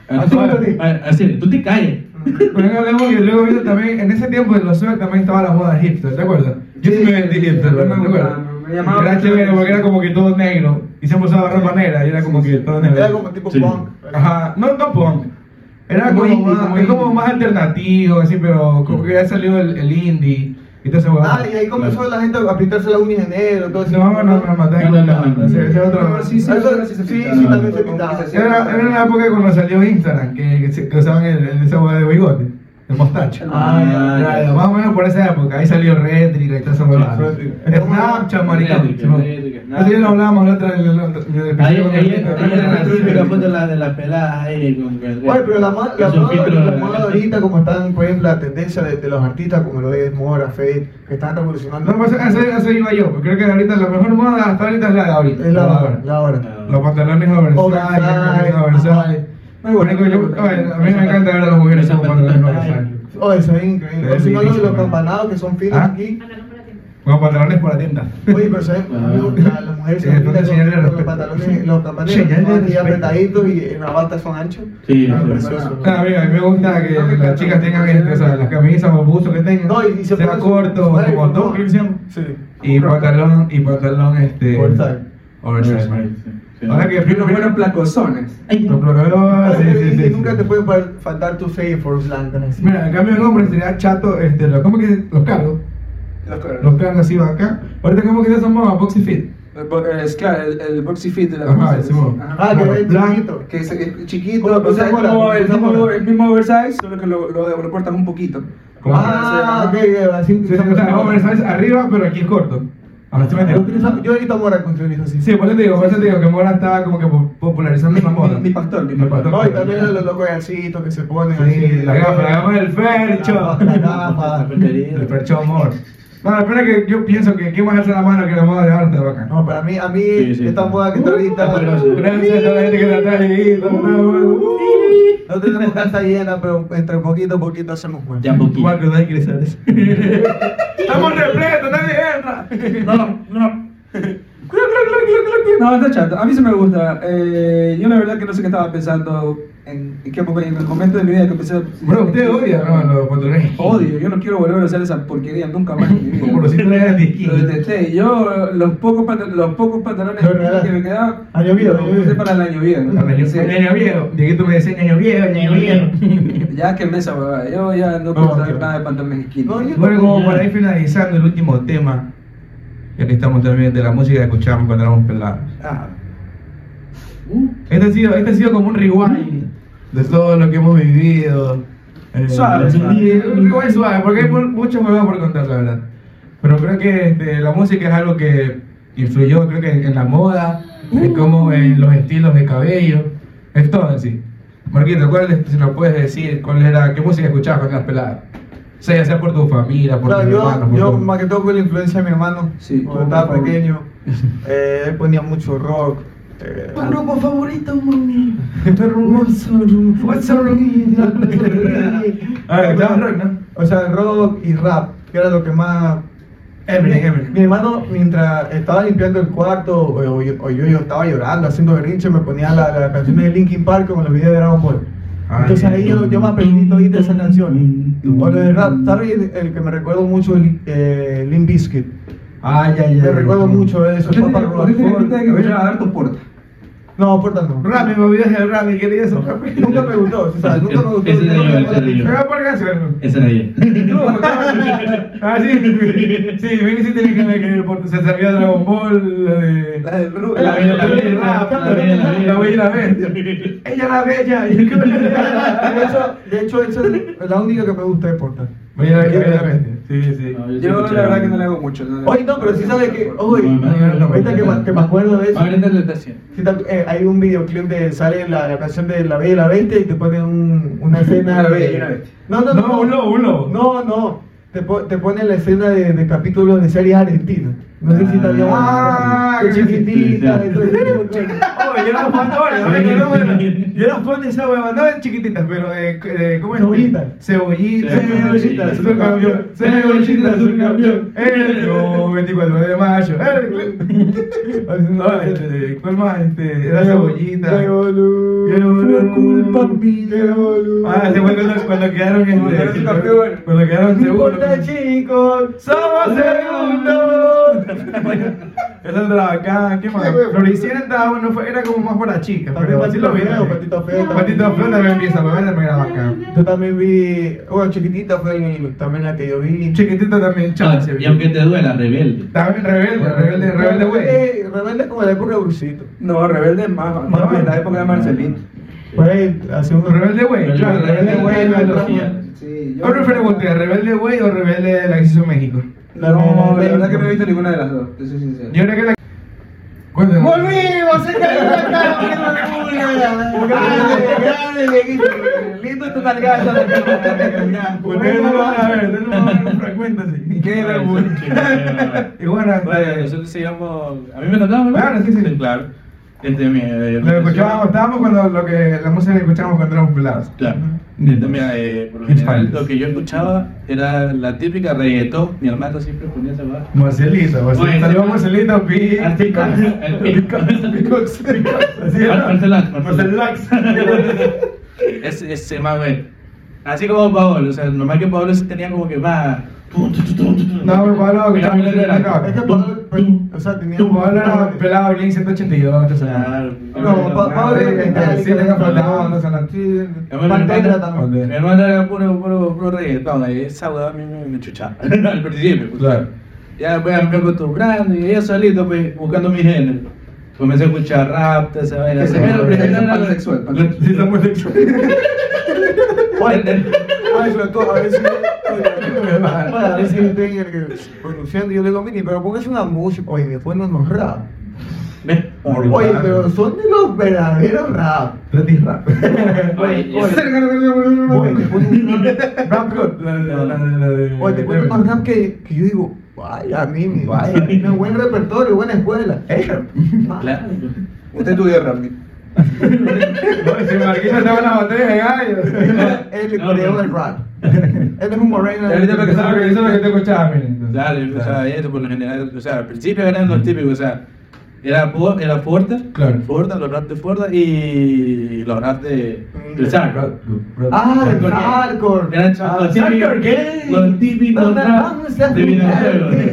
D: Así,
A: Oye,
D: así, tú te calles.
A: Pero que hablamos que luego vino también, en ese tiempo en los suecos también estaba la moda hipster, ¿te acuerdas? Yo sí me vendí hipster, ¿verdad? ¿te acuerdas?
C: Me
A: Era
C: llamaba mucho la
A: chévere
C: atención.
A: porque era como que todo negro y se usaba ropa negra y era como que todo negro.
B: Era como tipo
D: Sí.
B: punk.
A: Ajá, no, no punk. Era
B: Como
A: como,
B: indie,
A: más,
B: como
A: es como
B: indie.
A: más alternativo, así, pero como que ya salió el, el indie y todo ese huevón.
B: Ah, y ahí comenzó la gente a pintarse las uñas en enero, todo eso.
A: No, no, no, no,
D: No, no, no, no,
A: Sí, ese otro-
C: No, sí, sí,
B: Eso-
C: ahora sí se
B: sí,
C: pinta.
B: sí, también se pintaba.
C: Conquista, sí,
A: Era, era la época cuando salió Instagram, que, que, se- que usaban el, el- esa hueá de bigote, el mostacho.
D: Ah, ya, ya.
A: Más o menos por esa época, ahí salió Retric y toda esa hueá.
B: Retric.
A: Snapchat, maricón.
D: Retric,
A: ¿no?
D: Retric,
A: Así lo hablábamos la otra en el otro- en el
D: Ahí,
A: episodio con
D: ahí,
A: el-
D: ahí era la típica foto de la de las peladas ahí con que-
B: Oye, pero la, ma- la
D: que son
B: moda,
D: filtros
B: la
D: de
B: moda ahorita, como están, por ejemplo, la tendencia de, de los artistas como lo de Mora, Fade, que están revolucionando.
A: No, pues eso, eso iba yo, porque creo que ahorita la mejor moda hasta ahorita es la de ahorita.
B: es la
A: de
B: hora,
A: ahora.
B: la hora.
A: Los pantalones oversize,
B: Oversize,
A: las camisas oversize. Muy bueno, yo, bueno, a mí me encanta ver a las mujeres con pantalones oversize.
B: Oh, eso es increíble. O si no, los, los campanados que son finos
A: ¿Ah?
B: aquí.
E: Pantalón para ti.
A: Con pantalones por la tienda.
B: Oye, pero ¿sabes? La- las mujeres
A: Ah. Sí,
B: se
A: entonces,
B: pintan
A: señal de
B: con, con los
A: respeto.
B: pantalones, los campanados
A: Señal de
B: son así
A: respeto.
B: apretaditos y en la bata son anchos.
D: Sí,
B: Ah,
D: sí.
B: precioso.
A: Ah, mira, a mí me gusta que las chicas tengan este, o sea, las camisas o buzos que tengan,
B: Ah, No, y- "Pues, y se
A: sea
B: ponen su-
A: corto,
B: su madre,
A: como top,
B: ¿no?
A: creo que se llama.
B: Sí.
A: y pantalón, y pantalón este...
B: Oversize.
A: Oversize,
D: Oversize,
A: sí.
D: sí.
A: Ahora que
C: Unos buenos placozones.
A: Los placados, Ah, sí, sí,
B: Ah, Y
A: sí.
B: nunca te puede fal- faltar tu Fade for blancas. así.
A: Mira, en cambio el hombre sería chato, este, lo- ¿cómo que los cargos?
C: Los
A: Los cargos así va acá. Ahorita como que ya son más boxy fit.
C: El bo- Es claro, el, el boxy fit de la
A: Ajá,
C: cosa,
A: Simón.
C: ajá.
B: Ah, que
A: Bueno,
B: es
A: blanco.
B: blanquito.
C: Que es, es chiquito,
B: Como
C: o sea, es
B: Zamora,
C: como el
B: como
C: mismo,
B: Zamora.
C: el mismo oversize, solo que lo, lo, lo cortan un poquito.
A: Como-
B: Ah, ok, ok, así
A: Sí, o sea, oversize arriba, pero aquí es corto. Ahora sí me
B: Yo
A: entiendes?
B: utilizo- Yo ahorita mora con chorizo así.
A: Sí, por eso te digo, por eso te digo que Mora está como que po- popularizando esa
C: Mi-
A: moda.
C: mi pastor, mi pastor.
B: No, y también los locos gancitos que se ponen
A: Sí,
B: ahí.
A: la gafa, la gafa del Fercho.
B: La gafa.
A: El Fercho amor. No, la pena que yo pienso que quién más alza la mano que la moda de ahora está bacán.
B: No, para mí, a mí,
D: Sí, sí.
B: esta
A: Uh,
B: moda que está ahorita.
D: Ah, pero-
A: Gracias a toda la gente que está atrás y
B: No tenemos casa llena, pero entre poquito a poquito hacemos muerte.
D: Ya poquito.
A: no hay que eso. Estamos repletos, nadie entra.
D: No, no.
C: No, está chato. A mí se me gusta. Eh, yo la verdad que no sé qué estaba pensando en, en qué época, en el momento de mi vida que empecé a...
A: Bro, usted odia, no, los pantalones.
C: Odio, yo no quiero volver a usar esa porquería nunca más. en mi vida.
A: Como los cintos eran de
C: Lo este
A: esquina.
C: detesté. Yo, los pocos, pantal- los pocos pantalones
B: Lo regalaste.
C: que me quedaban,
B: Año viejo, año
C: los usé
B: viejo.
C: para el año viejo.
A: Yo
C: Sí.
A: soy ñaño viejo. Dieguito me decía ñaño viejo, ñaño viejo.
C: Ya que esa huevada. Yo ya no
B: No,
C: quiero saber
B: ok.
C: nada de pantalones
B: No,
C: skinny.
B: yo-
A: Bueno, como para ir finalizando el último tema, ya que estamos también de la música que escuchamos cuando éramos pelados.
B: Ah,
A: Este ha sido, este ha sido como un rewind de todo lo que hemos vivido. Eh,
C: Suave, suave.
A: y- y como es suave, porque hay mu- muchas huevas por contar, la verdad. Pero creo que este, la música es algo que influyó, creo que en, en la moda,
B: Uh.
A: en cómo en los estilos de cabello, es todo en sí. Marquito, ¿cuál es- si nos puedes decir cuál era, qué música escuchabas cuando eras pelada? sea, ya sea por tu familia, por
B: Claro,
A: tu
B: yo,
A: hermano, por
B: yo
A: tu-
B: más que todo fue la influencia de mi hermano.
C: Sí,
B: cuando
C: por
B: estaba
C: favor.
B: pequeño, eh, él ponía mucho rock. eh,
A: Pues
C: Tu grupo favorito, mami. Tu hermoso grupo.
A: A ver, ¿estabas rock, no?
B: O sea, rock y rap, que era lo que más...
A: Eminem, Eminem.
B: Mi hermano, mientras estaba limpiando el cuarto, o, o yo, o yo- yo estaba llorando, haciendo berrinche, me ponía la, la canción de Linkin Park con los videos de Dragon Ball.
A: Ay,
B: Entonces ahí yo, yo me aprendí todita esa canción. O lo de rap, tal vez el, el que me recuerdo mucho es eh, Limp Bizkit.
A: Ay, ay, ay.
B: Me recuerdo mucho eso,
C: Usted
B: Papa
C: tiene- usted tiene
B: Roach.
C: pinta de que escuchaba a Alberto Porta.
B: No, por tanto.
A: Rap, me olvidé el rap, ¿qué quería eso? Rap.
B: Nunca me gustó, o sea, nunca me gustó.
F: Ese
B: nunca
F: era yo, ese era yo.
B: me gustó.
A: Pero por canción.
F: Esa era ella.
A: No, ah, sí, sí, Vinny sí tenía que ver que por- se sabía Dragon Ball, la de...
C: La del Ru-
A: La bella, la bella, y el rap, la bella, la bella, la bella y la bestia. Ella la bella. y el-
B: De hecho, de hecho, esa es la única que me gusta de Porta.
A: Bella, la bella, la bestia. Sí, sí.
F: No,
C: Yo la verdad que no le hago mucho. no le-
B: Oye, no, pero sí sabes que, oye,
F: No, no, no, no.
B: ahorita que, me- que me acuerdo de eso.
F: Ahorita lo está haciendo.
B: sí tal- eh, hay un videoclip de sale la, la canción de La Bella y la Bestia y te ponen un- una escena.
C: Una
B: de-
C: bella y una bestia.
B: No, no,
A: No, un lobo, un lobo.
B: No, no. Te, po- te ponen la escena de, de capítulos de series argentinas. No sé si te había
A: Ah,
B: que
A: sí, sí, sí.
B: chiquitita.
F: Sí, sí.
B: entonces-
A: Oye, yo era fan de ahora, ahora que no, bueno, yo era fan de esa hueva, no de chiquititas, pero de, de ¿cómo es?
B: Cebollitas.
A: Cebollitas,
F: Cebollitas,
A: cebollitas, un camión, cebollitas, un camión, el yo, 24 de mayo, el no, este, ¿cuál más? Este, era cebollita.
B: Te volú,
A: Te
B: fue culpa
A: volú.
B: mía.
A: Ah, se fue cuando, cuando quedaron este,
C: Cuando quedaron campeón.
A: cuando quedaron
B: No
A: segundo.
B: importa, chicos.
A: ¡Somos segundos! Esa entraba acá, ¿qué más? Floricienta, bueno, fue, era como más para chicas,
B: También
A: pero así
B: patito
A: lo vi.
B: feo, patito feo.
A: Patito feo también empieza, me ver, me graba acá.
B: Yo también vi, bueno, chiquitita fue el- también la que yo vi.
A: Chiquitito
B: Ah,
A: también, chance.
F: Y aunque te duela, rebelde.
A: También rebelde, rebelde, rebelde, güey.
B: Eh, Rebelde como la época de Brusito.
C: No, Rebelde es más.
B: Más
C: No, en la época de Marcelino.
B: Pues hace un
A: Rebelde, güey, claro, rebelde, güey.
B: Rebelde,
A: no,
B: güey.
A: no.
C: Sí,
A: Yo prefiero contigo, rebelde, güey, o rebelde de la que se hizo México.
C: No, la verdad que no he visto ninguna de las dos, te soy sincero.
A: Yo creo que la. Cuéntame.
C: ¡Volvimos! ¡Se cayó la
A: Ah,
C: cámara! ¡Lindo tu nalgada!
A: Ustedes no lo van a ver, ustedes no lo van a ver, pero cuéntase. ¿Y qué era, güey? Y bueno,
D: Bueno,
A: este,
D: nosotros seguíamos. A mí me trataban, ¿no?
A: Claro, sí, sí.
D: Claro. Desde mi. eh,
A: Lo que escuchábamos, estábamos cuando lo que, la música que escuchábamos cuando éramos pelados.
D: Claro. Desde mi, eh, por lo general, lo que yo escuchaba era la típica reggaetón. Mi hermano siempre ponía esa barra.
A: Marcelito, Marcelito,
F: Bueno.
A: saludos Marcelito, pi,
F: Al pico, al pico.
A: picox, picox, picox, así era.
F: Marcelax,
A: Marcelax.
F: Marcelax.
D: Ese, ese más, güey. Así como Paolo, o sea, nomás que Paolo se tenía como que más.
A: No, mi Pablo, que
D: Mira, mira, mira.
A: estaba-
B: Es que Pablo, pues, o sea, tenía.
A: Tu Pablo era pelado, bien 182, entonces.
D: Claro.
B: No, Pa- Pablo
A: Sí,
B: era metálico,
A: eh, sí, tenía faltado, no
B: no
A: sé, no.
B: Sí,
D: Llamé a mi
B: Pantera
D: hermano.
B: también.
D: Mi hermano era puro, puro, puro reggaetón. ahí Esa hueá a mí me, me chuchaba. Al principio, pues.
A: Claro.
D: Ya después me fui acostumbrando y yo solito pues, buscando mi género. Comencé a escuchar rap, toda esa vaina. pues.
C: Ese
D: Así,
C: género,
D: pero-
C: ese es
D: no, no, no.
C: pansexual, pansexual.
A: Sí, está muy sexy.
B: Oye, ay, sobre todo, a veces. oye, bueno, A veces yo estoy en el que- produciendo y yo le digo, mini, pero póngase una música. Oye, después no nos rap.
D: Ve,
B: Oye, pero son de los verdaderos rap.
A: Gratis rap.
F: Oye,
B: Oye,
F: ya-
B: Oye, te ponen un rap.
A: Rap God, la de- la de- la de-
B: Oye, te ponen un rap que, que yo digo, vaya, mini, vaya. tiene buen repertorio, buena escuela. Eh,
F: Claro.
C: Usted estudió rap.
A: No, ese Marquito estaba en la batalla de gallos.
B: Él
F: No,
B: creó
F: no.
B: el rap. Él es un moreno.
A: Ya ahorita para que sabes que eso es lo que te escuchaba, miren. entonces.
D: Dale, o sea, eso por lo general, o sea, al principio eran los típicos, o sea, era, Po- era Forta,
A: Claro.
D: Forta, los raps de Forta y los raps de del Zarco.
B: Ah, el
D: Hardcore.
B: hardcore.
D: Eran chavos,
B: Ah,
D: los típicos-
A: Hardcore gay.
D: los típicos raps
B: Vamos a
D: de videojuegos.
B: jugar.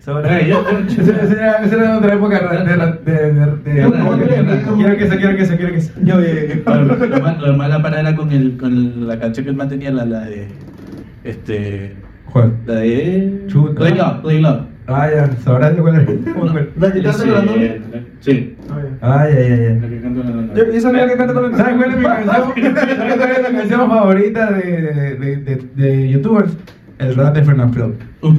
D: Sobre- yo- yo-
A: Ese- ese era- ese era de otra época de la- de- de- de-
B: No, no, no.
A: Quiero que se, quiero que se, quiero que se. eh,
D: Bueno, lo, más, lo más la parada era con, el, con la canción que él mantenía, la, la de. Este.
A: Juan.
D: La de.
A: Chuta.
D: Play Love, Play Love.
A: Ah, ya, sabrás de cuál es.
B: ¿La quitaste la novia?
D: Sí.
A: Ay, ay, ay, ay.
F: La que canta la- la-
C: Yo esa mía que canta con el
A: ¿Sabes cuál es mi canción? ¿Sabes cuál es la canción favorita de, de, de, de youtubers? El rap de Fernanfloo.
D: Uf.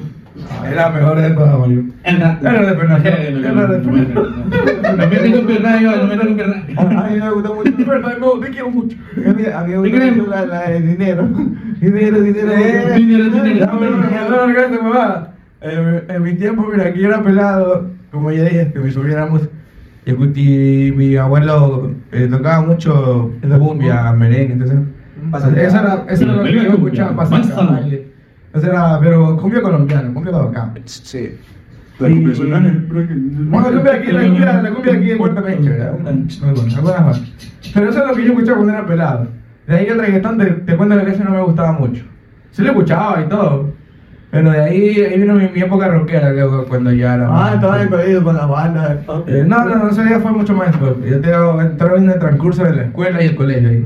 A: Era mejor de todas, Mario. Era de Fernando. Era de Fernando.
F: No me tengo piernas, yo, no me tengo piernas.
B: A mí me gusta mucho.
A: Fernando, te quiero mucho.
B: A mí, a mí me gusta
F: ¿Te
B: mucho la, la de dinero. Dinero, dinero.
A: Eh,
F: Dinero,
A: Ya,
F: dinero.
A: pero no, no, no, no, mamá. En, en mi tiempo, mira, aquí era pelado, como ya dije, que me subiéramos. Y escuché- mi abuelo eh, tocaba mucho cumbia, Mm. merengue, entonces.
C: Pasante.
A: Esa era, esa era lo que
F: Merengue,
A: yo
F: cumbia,
A: escuchaba, pasante.
F: manzana.
A: Esa era, pero cumbia colombiana, cumbia de acá.
C: Sí.
A: La cumbia Bueno, la cumbia aquí, la cumbia, la cumbia aquí en Puerto Rico, ¿verdad? Muy buena, algunas más. Pero eso es lo que yo escuchaba cuando era pelado. De ahí el reggaetón, te, te cuento que eso no me gustaba mucho. Sí lo escuchaba y todo. Pero de ahí, ahí vino mi, mi época rockera, luego, cuando ya era...
B: Ah,
A: más-
B: estaba en el colegio con la banda.
A: Eh, no, no, no, eso ya fue mucho más después. Yo te entré en el transcurso de la escuela y el colegio. ahí.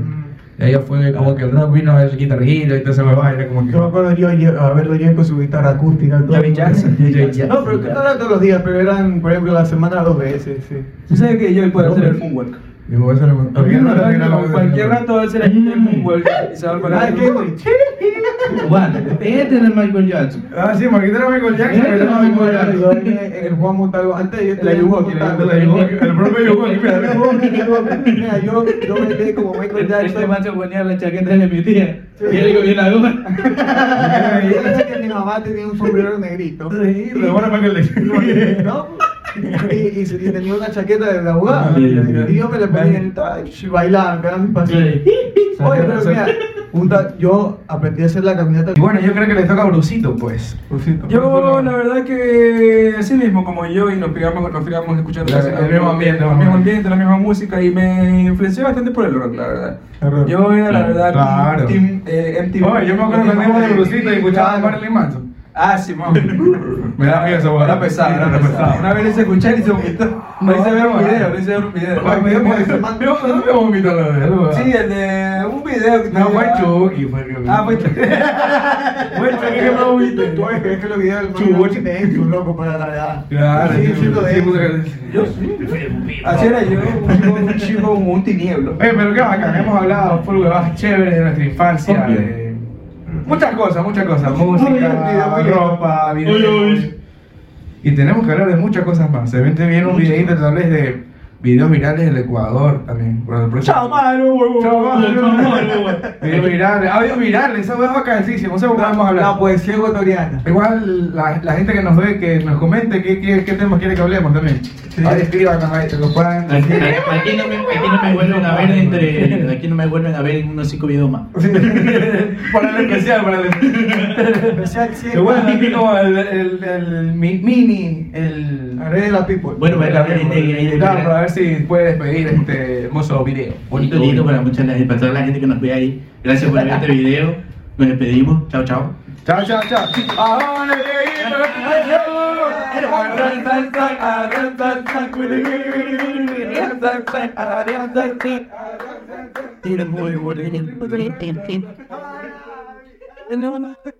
A: Y ahí ya fue como que el rock vino el guitarrilla y todo ese huevón, era como que...
B: Yo me acuerdo yo, yo a verlo yo con su guitarra acústica. todo.
A: Javi Jackson, Javi Jackson.
B: No, pero que no eran todos los días, pero eran, por ejemplo, la semana dos veces, sí.
C: ¿Tú sabes que yo puedo hacer el moonwalk?
A: Digo, eso no me-
C: Cualquier
A: no Mm.
C: rato-
A: me grababa.
C: Cualquier rato va a hacer el moonwalk y se va a colgar.
B: Ah, qué güey.
F: Guarda, vete de este Michael Jackson.
A: Ah, sí, porque era Michael Jackson,
F: Era
A: pero no
B: Yo
A: Michael
B: me
A: Jackson.
B: ayudó en el- en el Juan Montalvo. Antes yo
C: La
B: estaba
C: Yuwoki,
B: montando
A: El propio Yuwoki, mira,
B: La Yuwoki, la Yuwoki. Mira, yo, yo me quedé como Michael
F: Este
B: Jackson.
F: macho ponía la chaqueta de mi tía. Y él digo, bien la goma.
B: Yo pensé que mi mamá tenía un sombrero negrito.
A: Sí, lo bueno Michael Jackson.
B: ¿no? Y, y, y tenía una chaqueta de la abogada.
A: Ah, ya, ya.
B: Y yo me la ponía en el touch y bailaba, que era mi pasión. Oye, pero mira, un ta- yo aprendí a hacer la caminata.
A: Y bueno, yo creo que le toca a Brucito, pues.
C: Yo, la verdad que así mismo como yo, y nos pegamos, nos pegamos escuchando
A: Claro,
C: casi
A: el mismo ambiente,
C: el
A: mamá.
C: mismo ambiente, la misma música, y me influenció bastante por el rock, la verdad.
B: Claro.
C: Yo era, la verdad,
A: Claro.
C: team, eh, MTV.
A: Oye, yo me acuerdo cuando íbamos de Brucito y escuchaba a Marilyn Manson.
C: Ah, sí, mami.
A: Me da miedo esa bola.
C: Era pesado, era
A: Era
C: pesado.
A: pesado.
C: Una vez le hice escuchar y se vomitó.
A: No,
C: Me hice ver un
A: no.
C: video, me hice ver un video.
A: Ay, me dio por eso. Me dio- no me vomito la verdad.
C: Sí, el de un video que
A: No, fue
C: tenía-
A: Chucky, fue que
C: Ah, fue Chucky.
A: Fue Chucky que me vomito.
B: Oye, pero es que los videos
A: Chubuchi.
B: del Chubuchi te entro, loco, para la edad.
A: Claro,
B: sí, sí, lo de
C: Yo sí. Así era yo, un chico, un chico como un tinieblo.
A: Oye, Eh, pero qué bacán, hemos hablado full huevadas chéveres de nuestra infancia.
F: Obvio.
A: de- Muchas cosas, muchas cosas. Música,
B: Oye, oye.
A: ropa,
F: Oye,
A: videos.
F: oye.
A: Y tenemos que hablar de muchas cosas más. Se vende bien un videito tal vez de videos virales del Ecuador también. para el próximo.
F: Ah,
A: Chao, mano. Videos virales, audios virales, esa hueá es bacanísima. No sé cómo vamos a hablar.
B: La poesía ecuatoriana.
A: Igual la, la gente que nos ve, que nos comente qué, qué, qué temas quiere que hablemos también. Ahí escríbanos, ahí se lo puedan.
F: Aquí aquí no me aquí no me vuelven a ver entre. Aquí no me vuelven a ver en unos cinco videos más.
A: para el especial, para el especial.
B: Especial siempre.
A: Igual el típico, el, el, el, el mi- mini, el...
B: Haré la people.
F: Bueno, bueno, ahí- ahí- ahí-
A: Claro, para ver si puede despedir este hermoso video.
F: Bonito video para mucha la- para toda la gente que nos ve ahí. Gracias por ver este video. Nos despedimos. Chao, chao.
A: Chao, chao, chao. ¿A dónde
E: Thank you.